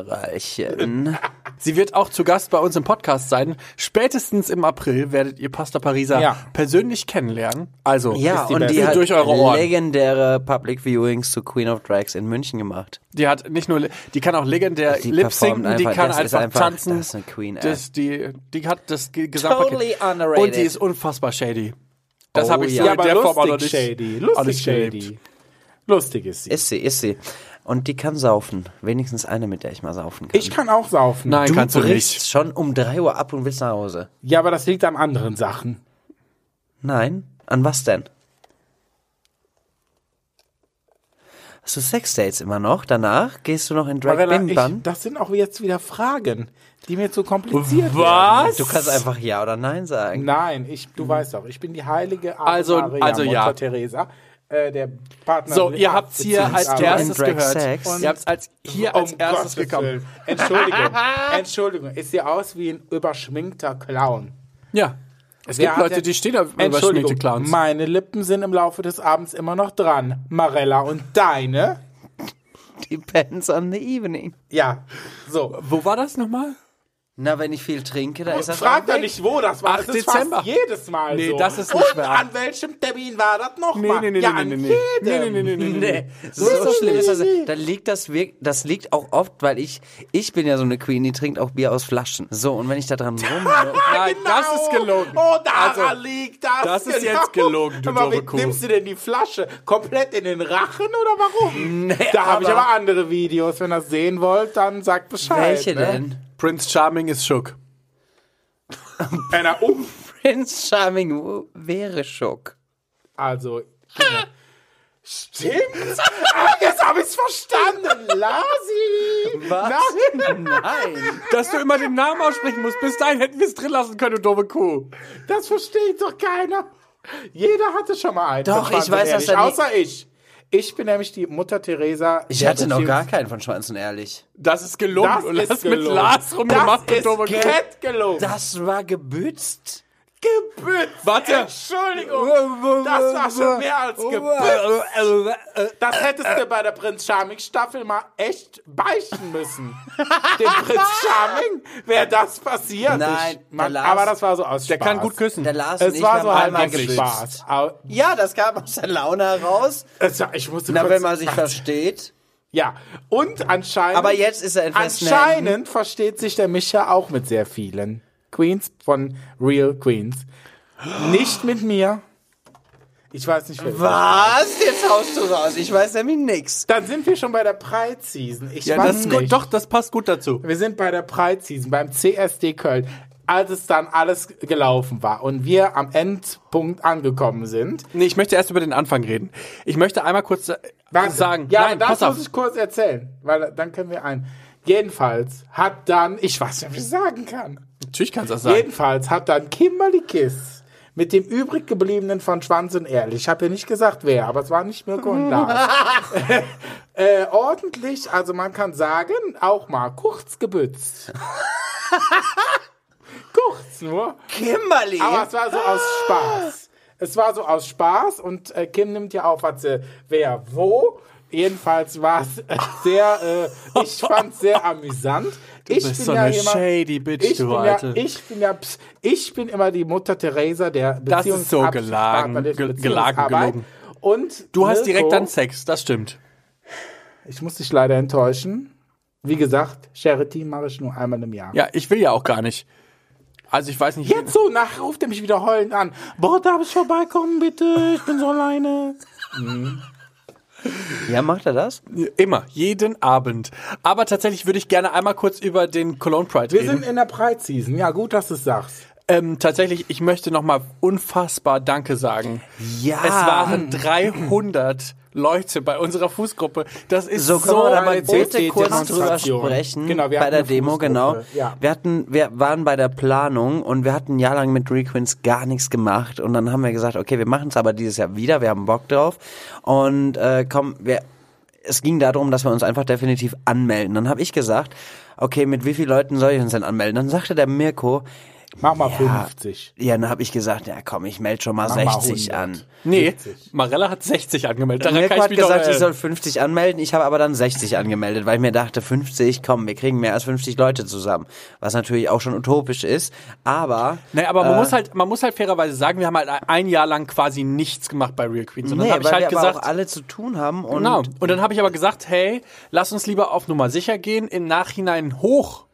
S3: Zitronenreilchen.
S2: Sie wird auch zu Gast bei uns im Podcast sein. Spätestens im April werdet ihr Pasta Parisa
S1: Ja.
S2: persönlich kennenlernen. Also
S3: ja,
S1: die
S3: und die
S1: beste.
S3: hat
S2: Durch eure Ohren.
S3: legendäre Public Viewings zu Queen of Drags in München gemacht.
S2: die hat nicht nur, die kann auch legendär
S3: Also Die
S2: lip
S3: performt
S2: sinken, die
S3: einfach,
S2: kann
S3: das ist
S2: einfach,
S3: einfach-
S2: tanzen.
S3: das ist eine Queen, ey.
S2: das, die, die hat das ge- Gesamtpaket.
S3: Totally underrated.
S2: Und die ist unfassbar shady. Das
S3: Oh
S2: habe ich
S3: ja.
S2: so
S1: Ja,
S2: in
S1: aber
S2: der Form auch noch
S1: lustig
S2: nicht,
S1: shady.
S2: auch
S1: Lustig
S2: nicht gelebt.
S1: shady. Lustig ist sie.
S3: Ist sie, ist sie. Und die kann saufen. Wenigstens eine, mit der ich mal saufen kann.
S1: Ich kann auch saufen.
S2: Nein,
S3: du
S2: kannst du
S3: brichst
S2: nicht.
S3: schon um 3 Uhr ab und willst nach Hause.
S1: Ja, aber das liegt an anderen Sachen.
S3: Nein? An was denn? Hast du Sexdates immer noch? Danach gehst du noch in Drag
S1: Marella,
S3: Bing
S1: ich,
S3: Bang?
S1: das sind auch jetzt wieder Fragen, die mir zu kompliziert
S2: Was? Hm.
S3: Du kannst einfach Ja oder Nein
S1: werden.
S3: sagen.
S1: Nein, ich, du weißt doch, ich bin die heilige Ave
S2: Also-
S1: Maria,
S2: also ja.
S1: Mutter Teresa, äh, der Partner.
S2: So, ihr habt's hier als
S1: Beziehungsarbeit.
S2: erstes
S3: In Drag
S2: gehört.
S3: Sex.
S2: Ihr habt's als, hier
S1: Um
S2: als erstes
S1: Gottes
S2: gekommen.
S1: Willen. Entschuldigung,
S2: [LAUGHS]
S1: Entschuldigung. Ich sehe aus wie ein überschminkter Clown.
S2: Ja. Es
S1: Wer
S2: gibt
S1: hat
S2: Leute,
S1: denn-
S2: die stehen da über
S1: Entschuldigung,
S2: schminkte Clowns.
S1: meine Lippen sind im Laufe des Abends immer noch dran. Marella und deine?
S3: Depends on the evening.
S1: Ja, so.
S2: Wo war das nochmal?
S3: Na, wenn ich viel trinke, da ist das
S1: Frag
S3: auch
S1: doch
S3: weg.
S1: nicht, wo das war.
S2: Ach,
S1: das ist
S2: Dezember.
S1: Fast jedes Mal
S2: Nee,
S1: so.
S2: das ist nicht
S1: Und
S2: wahr.
S1: an welchem Termin war das nochmal?
S2: Nee, nee, nee,
S1: ja,
S2: nee,
S1: an
S2: nee, nee.
S1: jedem.
S2: Nee, nee, nee, nee, nee.
S3: So schlimm ist das. Da liegt das wirklich, das liegt auch oft, weil ich, ich bin ja so eine Queen, die trinkt auch Bier aus Flaschen. So, und wenn ich
S1: [LAUGHS]
S3: da dran rum,
S2: Nein, das ist gelogen.
S1: Ah, Oh, daran
S2: Also,
S1: liegt das.
S2: das ist
S1: genau.
S2: jetzt gelogen, du
S1: aber
S2: dumme
S1: wie
S2: Kuh.
S1: nimmst du denn die Flasche? Komplett in den Rachen oder warum?
S3: Nee,
S1: da habe ich
S3: aber-
S1: aber andere Videos. Wenn ihr das sehen wollt, dann sagt Bescheid.
S3: welche
S1: ne?
S3: denn?
S2: Prince Charming ist shook.
S1: Einer um.
S3: Prince Charming wäre Schock.
S1: Also. Genau. Stimmt! Ah, jetzt habe ich es verstanden! Lasi! Nein!
S3: Nein.
S2: Dass du immer den Namen aussprechen musst. Bis dahin hätten wir es drin lassen können, du dumme Kuh.
S1: Das versteht doch keiner. Jeder hatte schon mal einen.
S3: Doch,
S1: von Franz
S3: ich weiß,
S1: und Ehrlich,
S3: dass er nie-
S1: Außer ich. Ich bin nämlich die Mutter Theresa.
S3: Ich
S1: der
S3: hatte noch
S1: Beziehungs-
S3: gar keinen von Schwanzen, ehrlich.
S2: Das ist gelogen.
S1: Das
S2: und
S1: ist
S2: hast mit
S1: gelogen.
S2: Lars rumgemacht,
S1: Das
S2: du
S1: ist
S2: dumme Kuh.
S1: Kett gelogen.
S3: Das war gebützt.
S1: gebützt.
S2: Warte.
S1: Entschuldigung. Das war schon mehr als gebützt. Das hättest du bei der Prinz Charming Staffel mal echt beichten müssen. Dem Prinz Charming wäre das passiert.
S3: Nein,
S1: Ich- man,
S3: der Lars-
S1: aber das war so aus
S2: Der
S1: Spaß.
S2: kann gut küssen.
S3: Der Lars und
S1: Es
S3: ich
S1: war
S3: haben
S1: so
S3: einmal
S1: halb
S3: gebützt.
S1: Spaß. Au-
S3: Ja, das kam aus der Laune heraus.
S1: Es war- Ich musste
S3: Na,
S1: kurz-
S3: wenn man sich versteht.
S1: Ja, und anscheinend.
S3: Aber jetzt ist er in festen
S1: Anscheinend versteht sich der Micha auch mit sehr vielen Queens von Real Queens. Nicht mit mir. Ich weiß nicht, wer.
S3: Was? Jetzt haust du raus. Ich weiß nämlich nix.
S1: Dann sind wir schon bei der Pride-Season. Ich
S2: Ja,
S1: weiß
S2: das ist
S1: nicht.
S2: gut. Doch, das passt gut dazu.
S1: Wir sind bei der Pride-Season, beim CSD Köln. Als es dann alles gelaufen war und wir am Endpunkt angekommen sind.
S2: Nee, ich möchte erst über den Anfang reden. Ich möchte einmal kurz sa- sagen.
S1: Ja,
S2: Nein,
S1: das
S2: pass auf.
S1: muss ich kurz erzählen, weil dann können wir ein. Jedenfalls hat dann, ich weiß nicht, ob ich es sagen kann.
S2: Natürlich kannst du das sagen.
S1: Jedenfalls hat dann Kimberly Kiss mit dem übrig gebliebenen von Schwanz und Ehrlich, ich habe ja nicht gesagt wer, aber es war nicht Mirko und
S2: [LAUGHS]
S1: Lars, [LAUGHS] äh, ordentlich, also man kann sagen, auch mal kurz gebützt. [LAUGHS] kurz nur.
S3: Kimberly.
S1: Aber es war so aus Spaß. Es war so aus Spaß und äh, Kim nimmt ja auf, was sie wer wo. Jedenfalls war es äh, sehr, äh, ich fand es sehr amüsant. ich
S2: bist so eine shady Bitch,
S1: ich
S2: du
S1: bin
S2: Alte.
S1: Ja, ich bin ja, ps- ich bin immer die Mutter Theresa der
S2: Das
S1: Beziehungs
S2: ist so gelagen,
S1: Partner der
S2: ge- gelagen,
S1: Beziehungsarbeit.
S2: gelogen.
S1: Und
S2: Du hast direkt
S1: Mirko,
S2: dann Sex, das stimmt.
S1: Ich muss dich leider enttäuschen. Wie gesagt, Charity mache ich nur einmal im Jahr.
S2: Ja, ich will ja auch gar nicht. Also ich weiß nicht.
S1: Jetzt so, nach ruft er mich wieder heulend an. Boah, darf ich vorbeikommen, bitte? Ich bin so alleine.
S3: Ja, macht er das?
S2: Immer, jeden Abend. Aber tatsächlich würde ich gerne einmal kurz über den Cologne Pride
S1: Wir
S2: reden.
S1: sind in der Pride-Season. Ja, gut, dass du es sagst.
S2: Ähm, tatsächlich, ich möchte nochmal unfassbar Danke sagen.
S3: Ja.
S2: Es waren 300 Leute bei unserer Fußgruppe. Das ist so,
S3: So, können wir da mal
S1: eine
S3: bitte
S1: CSD
S3: kurz drüber
S1: Demonstration.
S3: sprechen?
S1: Genau, wir
S3: bei
S1: hatten
S3: der
S1: eine
S3: Demo,
S1: Fußgruppe,
S3: genau.
S1: ja.
S3: Wir hatten, wir waren bei der Planung und wir hatten jahrelang mit Requins gar nichts gemacht und dann haben wir gesagt, okay, wir machen es aber dieses Jahr wieder, wir haben Bock drauf und äh, komm, wir, es ging darum, dass wir uns einfach definitiv anmelden. Dann habe ich gesagt, okay, mit wie vielen Leuten soll ich uns denn anmelden? Dann sagte der Mirko,
S1: Mach mal 50.
S3: ja, dann habe ich gesagt, ja komm, ich melde schon mal
S1: mal
S3: 60 an.
S1: 100.
S2: Nee, Marella hat 60 angemeldet. Daran
S3: Mirko
S2: kann ich
S3: hat
S2: mich noch,
S3: gesagt,
S2: äh,
S3: ich soll 50 anmelden. Ich habe aber dann 60 angemeldet, weil ich mir dachte, 50, komm, wir kriegen mehr als 50 Leute zusammen. Was natürlich auch schon utopisch ist. Aber.
S2: Nee, aber man,
S3: Äh.
S2: muss halt, man muss halt fairerweise sagen, wir haben halt ein Jahr lang quasi nichts gemacht bei Real Queen. Sondern
S3: Nee,
S2: hab
S3: weil
S2: ich halt
S3: wir
S2: gesagt,
S3: aber auch alle zu tun haben und
S2: Genau. Und dann habe ich aber gesagt, hey, lass uns lieber auf Nummer sicher gehen. Im Nachhinein hoch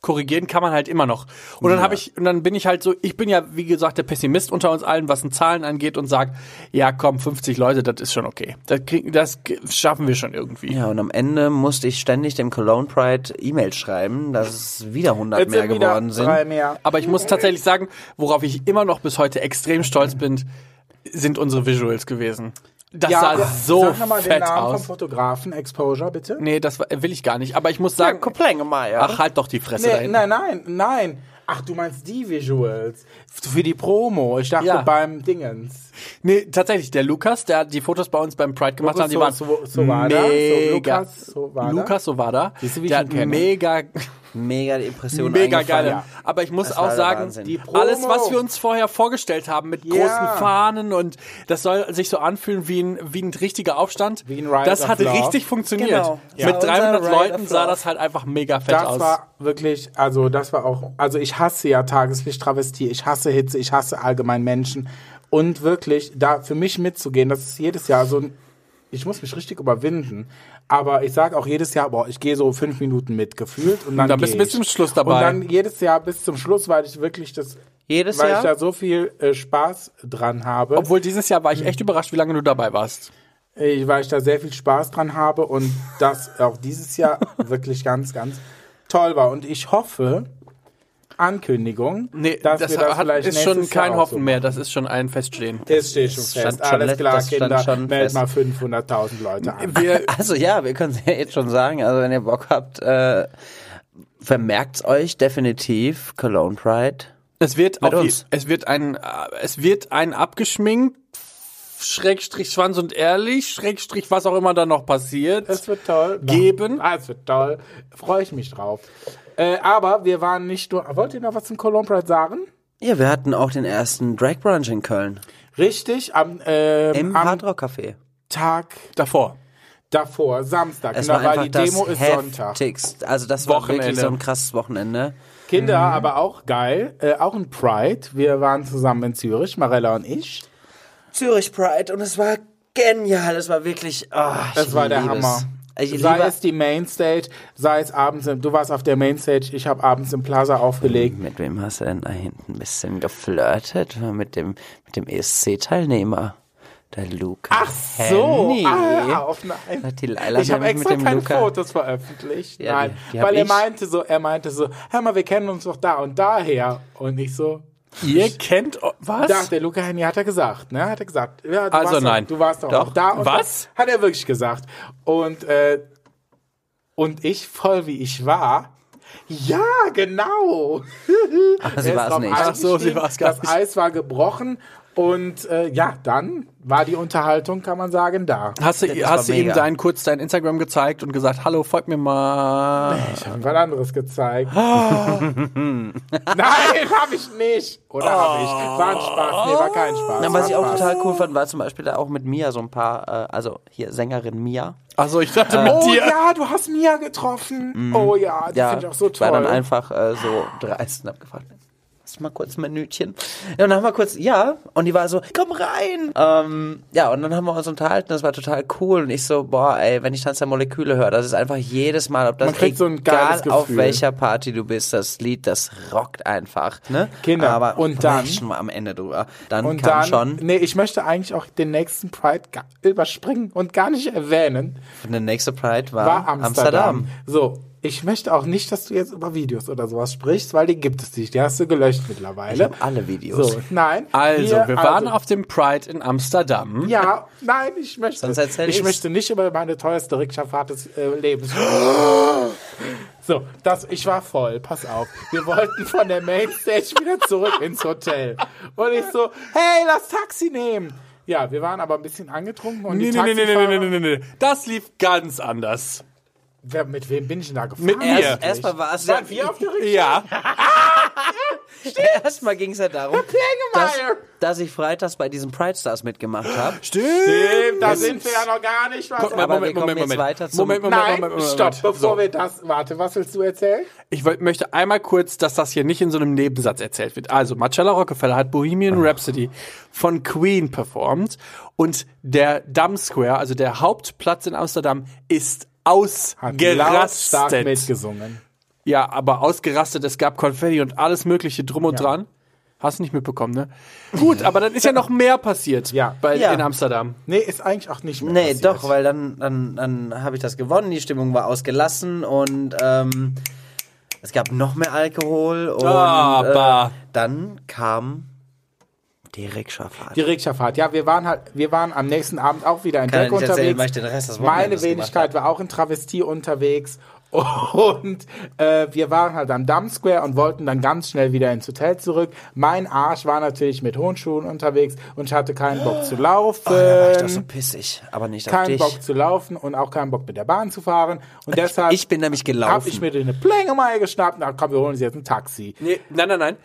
S2: korrigieren kann man halt immer noch. Und dann habe ich, und dann bin ich halt so, ich bin ja, wie gesagt, der Pessimist unter uns allen, was den Zahlen angeht und sag, ja komm, 50 Leute, das ist schon okay. Das, kriegen, das ge- schaffen wir schon irgendwie.
S3: ja, und am Ende musste ich ständig dem Cologne Pride E-Mail schreiben, dass es wieder 100
S1: Jetzt
S3: mehr
S1: sind wieder
S3: geworden sind.
S1: drei mehr.
S2: Aber ich muss tatsächlich sagen, worauf ich immer noch bis heute extrem stolz bin, sind unsere Visuals gewesen. Das sah
S1: der-
S2: so
S1: sag nochmal den
S2: fett
S1: Namen vom
S2: aus.
S1: Fotografen, Exposure, bitte.
S2: Nee, das war- will ich gar nicht. Aber ich muss sagen,
S3: Komplänge mal, ja.
S2: ach halt doch die Fresse da
S1: Nee,
S2: hinten.
S1: nein, nein, nein. Ach, du meinst die Visuals. Für die Promo. Ich dachte
S2: Ja.
S1: beim Dingens.
S2: Nee, tatsächlich, der Lukas, der die Fotos bei uns beim Pride gemacht hat, die waren
S1: Lukas So- So- Sovada? So,
S2: mega.
S1: Lukas Sovada?
S2: Lukas Sovada.
S1: Siehst du, wie ich
S2: der
S1: ihn
S2: hat
S1: kenne?
S2: mega,
S3: Mega die
S2: [LAUGHS]
S3: Impression
S2: mega
S3: eingefangen.
S2: geile. Aber ich muss
S3: Das war
S2: auch
S3: der
S2: sagen,
S3: Wahnsinn.
S2: die
S3: Die
S1: Promo.
S2: alles, was wir uns vorher vorgestellt haben mit
S1: Ja.
S2: großen Fahnen und das soll sich so anfühlen wie ein, wie ein richtiger Aufstand,
S1: Wie ein Riot
S2: das
S1: of
S2: hatte
S1: Love.
S2: richtig funktioniert.
S3: Genau. Ja.
S2: Mit
S3: Unser
S2: 300
S3: Riot
S2: Leuten
S3: of
S2: sah
S3: Love.
S2: das halt einfach mega fett
S1: Das
S2: aus.
S1: war wirklich, also das war auch, also ich hasse ja Tageslicht-Travestie, ich hasse Hitze, ich hasse allgemein Menschen. Und wirklich, da für mich mitzugehen, das ist jedes Jahr so ein, ich muss mich richtig überwinden. Aber ich sage auch jedes Jahr, boah, ich gehe so fünf Minuten mit, gefühlt. Und dann,
S2: dann bist
S1: geh
S2: du bis
S1: ich.
S2: zum Schluss dabei.
S1: Und dann jedes Jahr bis zum Schluss, weil ich wirklich das,
S3: Jedes
S1: weil
S3: Jahr?
S1: ich da so viel äh, Spaß dran habe.
S2: Obwohl dieses Jahr war ich
S1: Mhm.
S2: echt überrascht, wie lange du dabei warst. [LAUGHS]
S1: ich, weil ich da sehr viel Spaß dran habe und das auch dieses Jahr wirklich ganz, ganz toll war. Und ich hoffe, Ankündigung,
S2: Nee,
S1: dass
S2: das,
S1: wir das
S2: hat,
S1: vielleicht
S2: ist
S1: nächstes
S2: schon kein
S1: Jahr auch so
S2: Hoffen mehr, das ist schon
S1: [LAUGHS]
S2: ein Feststehen.
S1: Es steht schon
S3: Das
S1: fest.
S3: stand schon
S1: Alles
S3: let-
S1: klar,
S3: das stand
S1: Kinder.
S3: schon
S1: Meldet
S3: fest.
S1: mal 500.000 Leute an.
S2: Wir,
S3: Also ja, wir können es ja jetzt schon sagen. Also wenn ihr Bock habt, äh, vermerkt euch definitiv Cologne Pride.
S2: es wird
S3: Mit
S2: auf je-
S3: uns.
S2: es wird ein äh, es wird ein abgeschminkt Schrägstrich Schwanz und ehrlich Schrägstrich was auch immer da noch passiert.
S1: Es wird toll.
S2: Geben.
S1: Ah, es wird toll. Freue ich mich drauf. Äh, aber wir waren nicht nur. Wollt ihr noch was zum Cologne Pride sagen?
S3: Ja, wir hatten auch den ersten Drag Brunch in Köln.
S1: Richtig, am, ähm,
S3: Im
S1: am
S3: Hard Rock Café.
S1: Tag
S2: Davor.
S1: davor, Samstag.
S3: Es
S1: genau,
S3: war einfach
S1: weil die Demo
S3: das
S1: ist Sonntag.
S3: heftigste. Also das war
S2: Wochenende.
S3: wirklich so ein krasses Wochenende.
S1: Kinder,
S3: Mhm.
S1: aber auch geil. Äh, auch ein Pride. Wir waren zusammen in Zürich, Marella und ich.
S3: Zürich Pride und es war genial. Es war wirklich. Oh,
S1: Das war der Hammer.
S3: Ich
S1: sei
S3: liebe
S1: es die Mainstage, sei es abends, im, du warst auf der Mainstage, ich habe abends im Plaza aufgelegt.
S3: Mit wem hast du denn da hinten ein bisschen geflirtet? Mit dem, mit dem ESC-Teilnehmer. Der Luca.
S1: Ach so,
S3: Henny.
S1: ah, auf nein.
S3: Hat die Leila
S1: ich habe
S3: nämlich
S1: extra
S3: mit dem
S1: keine
S3: Luca-
S1: Fotos veröffentlicht.
S3: Ja,
S1: nein,
S3: die- die hab
S1: weil er
S3: ich.
S1: meinte so, er meinte so, hör mal, wir kennen uns doch da und daher und ich so.
S2: Ihr kennt o- was?
S1: Ach, der Luca Henny hat er gesagt, ne? Hat er gesagt. Ja, du
S2: Also
S1: warst
S2: nein.
S1: Doch, du warst doch,
S2: Doch.
S1: auch da. Und
S2: Was?
S1: Hat er wirklich gesagt. Und, äh, und ich, voll wie ich war, ja, genau.
S3: Ach, sie war es nicht.
S1: Ach
S2: so, sie war's gar
S1: Das
S2: nicht.
S1: Eis war gebrochen und äh, ja, dann war die Unterhaltung, kann man sagen, da.
S2: Hast du,
S3: war
S2: hast du ihm
S3: mega.
S2: dein, kurz dein Instagram gezeigt und gesagt, hallo, folgt mir [LAUGHS] mal.
S1: Ich habe was anderes gezeigt.
S2: Ah.
S1: [LAUGHS] Nein, habe ich nicht. Oder habe ich? War ein Spaß. Nee, war kein Spaß.
S3: Na,
S1: war
S3: was ich auch
S1: Spaß.
S3: total cool fand, war zum Beispiel da auch mit Mia so ein paar, äh, also hier Sängerin Mia.
S2: Also ich dachte mit
S1: Oh
S2: dir.
S1: ja, du hast Mia getroffen. Oh ja, die
S3: Mhm. Ja,
S1: finde ich auch so
S3: war dann
S1: toll.
S3: einfach äh, so dreist und hab gefragt, lass mal kurz ein Minütchen. Ja, und dann haben wir kurz, ja, und die war so, komm rein. Ähm, ja, und dann haben wir uns unterhalten, das war total cool. Und ich so, boah, ey, wenn ich Tanz der Moleküle höre, das ist einfach jedes Mal, ob das
S1: Man kriegt so ein
S3: egal
S1: geiles
S3: auf
S1: Gefühl.
S3: welcher Party du bist, das Lied, das rockt einfach. Ne?
S1: Kinder,
S3: Aber
S1: und dann-
S3: schon mal am Ende drüber. Dann
S1: Und
S3: kam
S1: dann, ne
S3: schon
S1: nee, ich möchte eigentlich auch den nächsten Pride ga- überspringen und gar nicht erwähnen.
S3: der nächste Pride war,
S1: War Amsterdam.
S3: Amsterdam.
S1: So, ich möchte auch nicht, dass du jetzt über Videos oder sowas sprichst, weil die gibt es nicht. Die hast du gelöscht mittlerweile.
S3: Ich hab alle Videos.
S1: So, nein.
S2: Also,
S1: hier,
S2: wir waren
S1: also,
S2: auf dem Pride in Amsterdam.
S1: Ja, nein, ich möchte.
S3: Sonst erzähl
S1: ich
S3: ich's.
S1: möchte nicht über meine teuerste Rikscha-Fahrt des äh, Lebens.
S2: [GASPS]
S1: so, das, ich war voll, pass auf. Wir wollten von der Mainstage wieder zurück ins Hotel. Und ich so, hey, lass Taxi nehmen. Ja, wir waren aber ein bisschen angetrunken und die Taxifahrer,
S2: nee, nee. Das lief ganz anders.
S1: Wer, mit wem bin ich denn da gefahren?
S2: Mit mir.
S1: Eigentlich?
S3: Erstmal war es
S1: Waren wir auf der Rikscha?
S2: Ja.
S3: [LAUGHS] Erstmal ging es ja darum, dass,
S1: Pflegemeier.
S3: dass ich freitags bei diesem Pride Stars mitgemacht
S1: [GASPS]
S3: habe.
S2: Stimmt.
S1: Da sind wir ja noch gar nicht. Was
S2: Guck mal,
S3: Aber
S2: Moment,
S3: wir kommen
S2: Moment,
S3: jetzt
S2: Moment.
S3: weiter zum-
S2: Moment, Moment,
S1: Nein,
S2: Moment, Moment,
S1: stopp,
S2: Moment.
S1: bevor
S2: So.
S1: wir das. Warte, was willst du erzählen?
S2: Ich wollt, möchte einmal kurz, dass das hier nicht in so einem Nebensatz erzählt wird. Also, Marcella Rockefeller hat Bohemian Rhapsody von Queen performt und der Dam Square, also der Hauptplatz in Amsterdam, ist
S1: lautstark
S2: ausgerastet.
S1: mitgesungen.
S2: Ja, aber ausgerastet, es gab Konfetti und alles mögliche drum und dran. Hast nicht mitbekommen, ne? Gut, aber dann ist ja noch mehr passiert
S1: Ja.
S2: bei,
S3: Ja.
S2: in Amsterdam.
S1: Nee, ist eigentlich auch nicht mehr
S3: Nee,
S1: passiert.
S3: doch, weil dann, dann, dann habe ich das gewonnen, die Stimmung war ausgelassen und ähm, es gab noch mehr Alkohol und
S1: Ah,
S2: Aber-
S3: äh, dann kam die Rikscha-Fahrt.
S1: Die Rikscha-Fahrt. Ja, wir waren halt, wir waren am nächsten Abend auch wieder in
S3: Kann ja
S1: Dreck
S3: nicht
S1: unterwegs.
S3: erzählen, weil ich den Rest des
S1: Meine
S3: Wochenendes
S1: Wenigkeit war auch in Travestie unterwegs. [LAUGHS] Und äh, wir waren halt am Dam Square und wollten dann ganz schnell wieder ins Hotel zurück. Mein Arsch war natürlich mit hohen Schuhen unterwegs und ich hatte keinen Bock zu laufen.
S3: Oh, da war ich doch so pissig, aber nicht auf
S1: keinen
S3: dich.
S1: Bock zu laufen und auch keinen Bock mit der Bahn zu fahren. Und deshalb
S3: ich bin nämlich
S1: habe
S3: gelaufen.
S1: ich mir eine Plängemeier geschnappt. Na komm, wir holen uns jetzt ein Taxi.
S2: Nee, nein, nein, nein.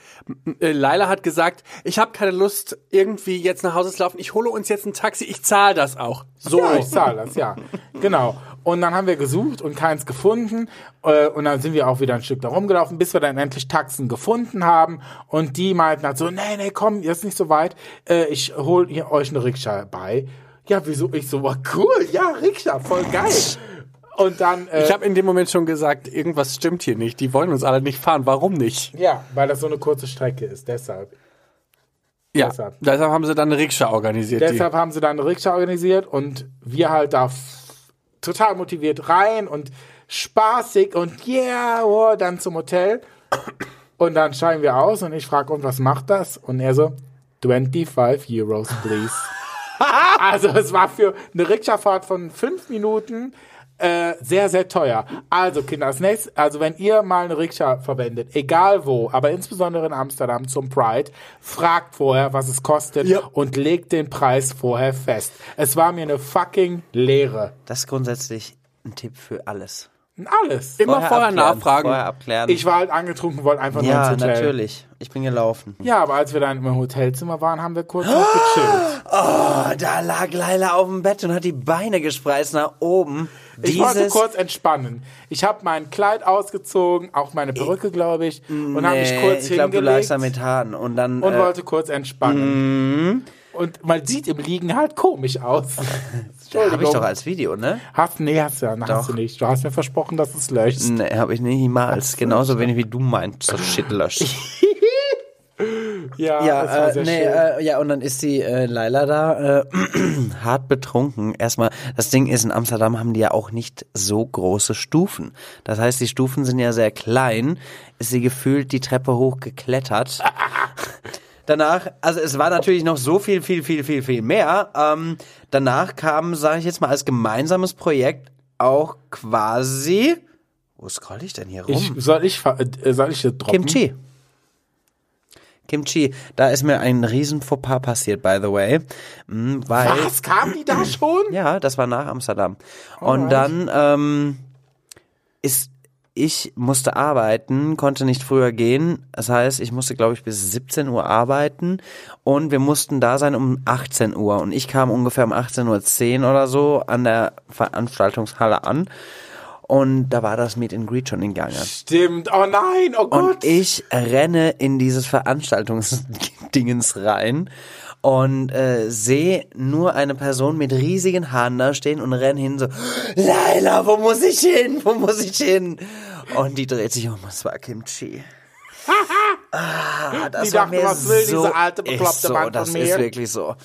S2: M- äh, Laila hat gesagt, ich habe keine Lust, irgendwie jetzt nach Hause zu laufen. Ich hole uns jetzt ein Taxi, ich zahle das auch. So.
S1: Ja, ich zahle das, ja. Genau. Und dann haben wir gesucht und keins gefunden. Äh, Und dann sind wir auch wieder ein Stück da rumgelaufen, bis wir dann endlich Taxen gefunden haben. Und die meinten halt so, nee, nee, komm, ihr ist nicht so weit. Äh, Ich hol hier euch eine Rikscha bei. Ja, wieso? Ich so, wow, cool, ja, Rikscha, voll geil. Und dann, äh,
S2: Ich habe in dem Moment schon gesagt, irgendwas stimmt hier nicht. Die wollen uns alle nicht fahren. Warum nicht?
S1: ja, weil das so eine kurze Strecke ist, deshalb.
S2: Ja,
S1: Deshalb.
S2: deshalb, haben sie dann eine Rikscha organisiert.
S1: Deshalb haben sie dann eine Rikscha organisiert und wir halt da f- total motiviert rein und spaßig und yeah, wow, dann zum Hotel. Und dann steigen wir aus und ich frage, und was macht das? Und er so, 25 Euros, please. also es war für eine Rikscha-Fahrt von fünf Minuten äh, sehr, sehr teuer. Also Kinder, als nächstes, also wenn ihr mal eine Rikscha verwendet, egal wo, aber insbesondere in Amsterdam zum Pride, fragt vorher, was es kostet
S2: Ja.
S1: und legt den Preis vorher fest. Es war mir eine fucking Lehre.
S3: Das ist grundsätzlich ein Tipp für alles.
S1: Alles.
S2: Immer vorher,
S3: abklären,
S2: nachfragen.
S3: Vorher abklären.
S1: Ich war halt angetrunken, wollte einfach nur ins
S3: ja,
S1: Hotel.
S3: natürlich. Ich bin gelaufen.
S1: Ja, aber als wir dann im Hotelzimmer waren, haben wir kurz
S3: [GASPS]
S1: noch gechillt.
S3: Oh, da lag Leila auf dem Bett und hat die Beine gespreizt nach oben.
S1: Ich wollte
S3: Dieses
S1: kurz entspannen. Ich habe mein Kleid ausgezogen, auch meine Perücke, glaube ich, und habe mich
S3: Nee,
S1: kurz
S3: ich glaube, du
S1: hingelegt
S3: lagst da mit Haaren und dann
S1: und
S3: äh,
S1: wollte kurz entspannen. Und man sieht im Liegen halt komisch aus.
S3: habe
S1: [LAUGHS]
S3: ich
S1: Entschuldigung.
S3: doch als Video, ne?
S1: Hast, nee, hast, du ja, hast du nicht. Du hast mir versprochen, dass es löscht.
S3: Nee, habe ich niemals. Genauso wenig wie du meinst, so shit löscht.
S1: Ja, das
S3: ja,
S1: war
S3: äh,
S1: sehr
S3: nee,
S1: schön.
S3: äh, ja, und dann ist die äh, Laila da äh, [CLEARS THROAT] hart betrunken. Erstmal, das Ding ist, in Amsterdam haben die ja auch nicht so große Stufen. Das heißt, die Stufen sind ja sehr klein. Ist sie gefühlt die Treppe hochgeklettert. [LAUGHS] danach, also es war natürlich noch so viel, viel, viel, viel, viel mehr. Ähm, danach kam, sage ich jetzt mal, als gemeinsames Projekt auch quasi. Wo scroll ich denn hier rum?
S1: ich, soll ich, ver- äh, soll ich hier droppen?
S3: Kimchi. Kimchi, da ist mir ein riesen Fauxpas passiert, by the way. Mm, Weil,
S1: Was, kam die da schon?
S3: ja, das war nach Amsterdam. Und dann ähm, ist, ich musste arbeiten, konnte nicht früher gehen. Das heißt, ich musste, glaube ich, bis 17 Uhr arbeiten und wir mussten da sein um 18 Uhr. Und ich kam ungefähr um 18.10 Uhr oder so an der Veranstaltungshalle an. Und da war das Meet and Greet schon in Gange.
S1: Stimmt. Oh nein, oh
S3: Und
S1: Gott.
S3: ich renne in dieses Veranstaltungsdingens rein und äh, sehe nur eine Person mit riesigen Haaren da stehen und renne hin so, Leila, wo muss ich hin? Wo muss ich hin? Und die dreht sich um, es
S1: [LAUGHS]
S3: war Kimchi. Ah, das
S1: Die
S3: war
S1: dachte,
S3: mir
S1: was will
S3: so,
S1: diese alte,
S3: ist
S1: bekloppte
S3: so,
S1: Mann von
S3: das
S1: mir?
S3: ist wirklich so.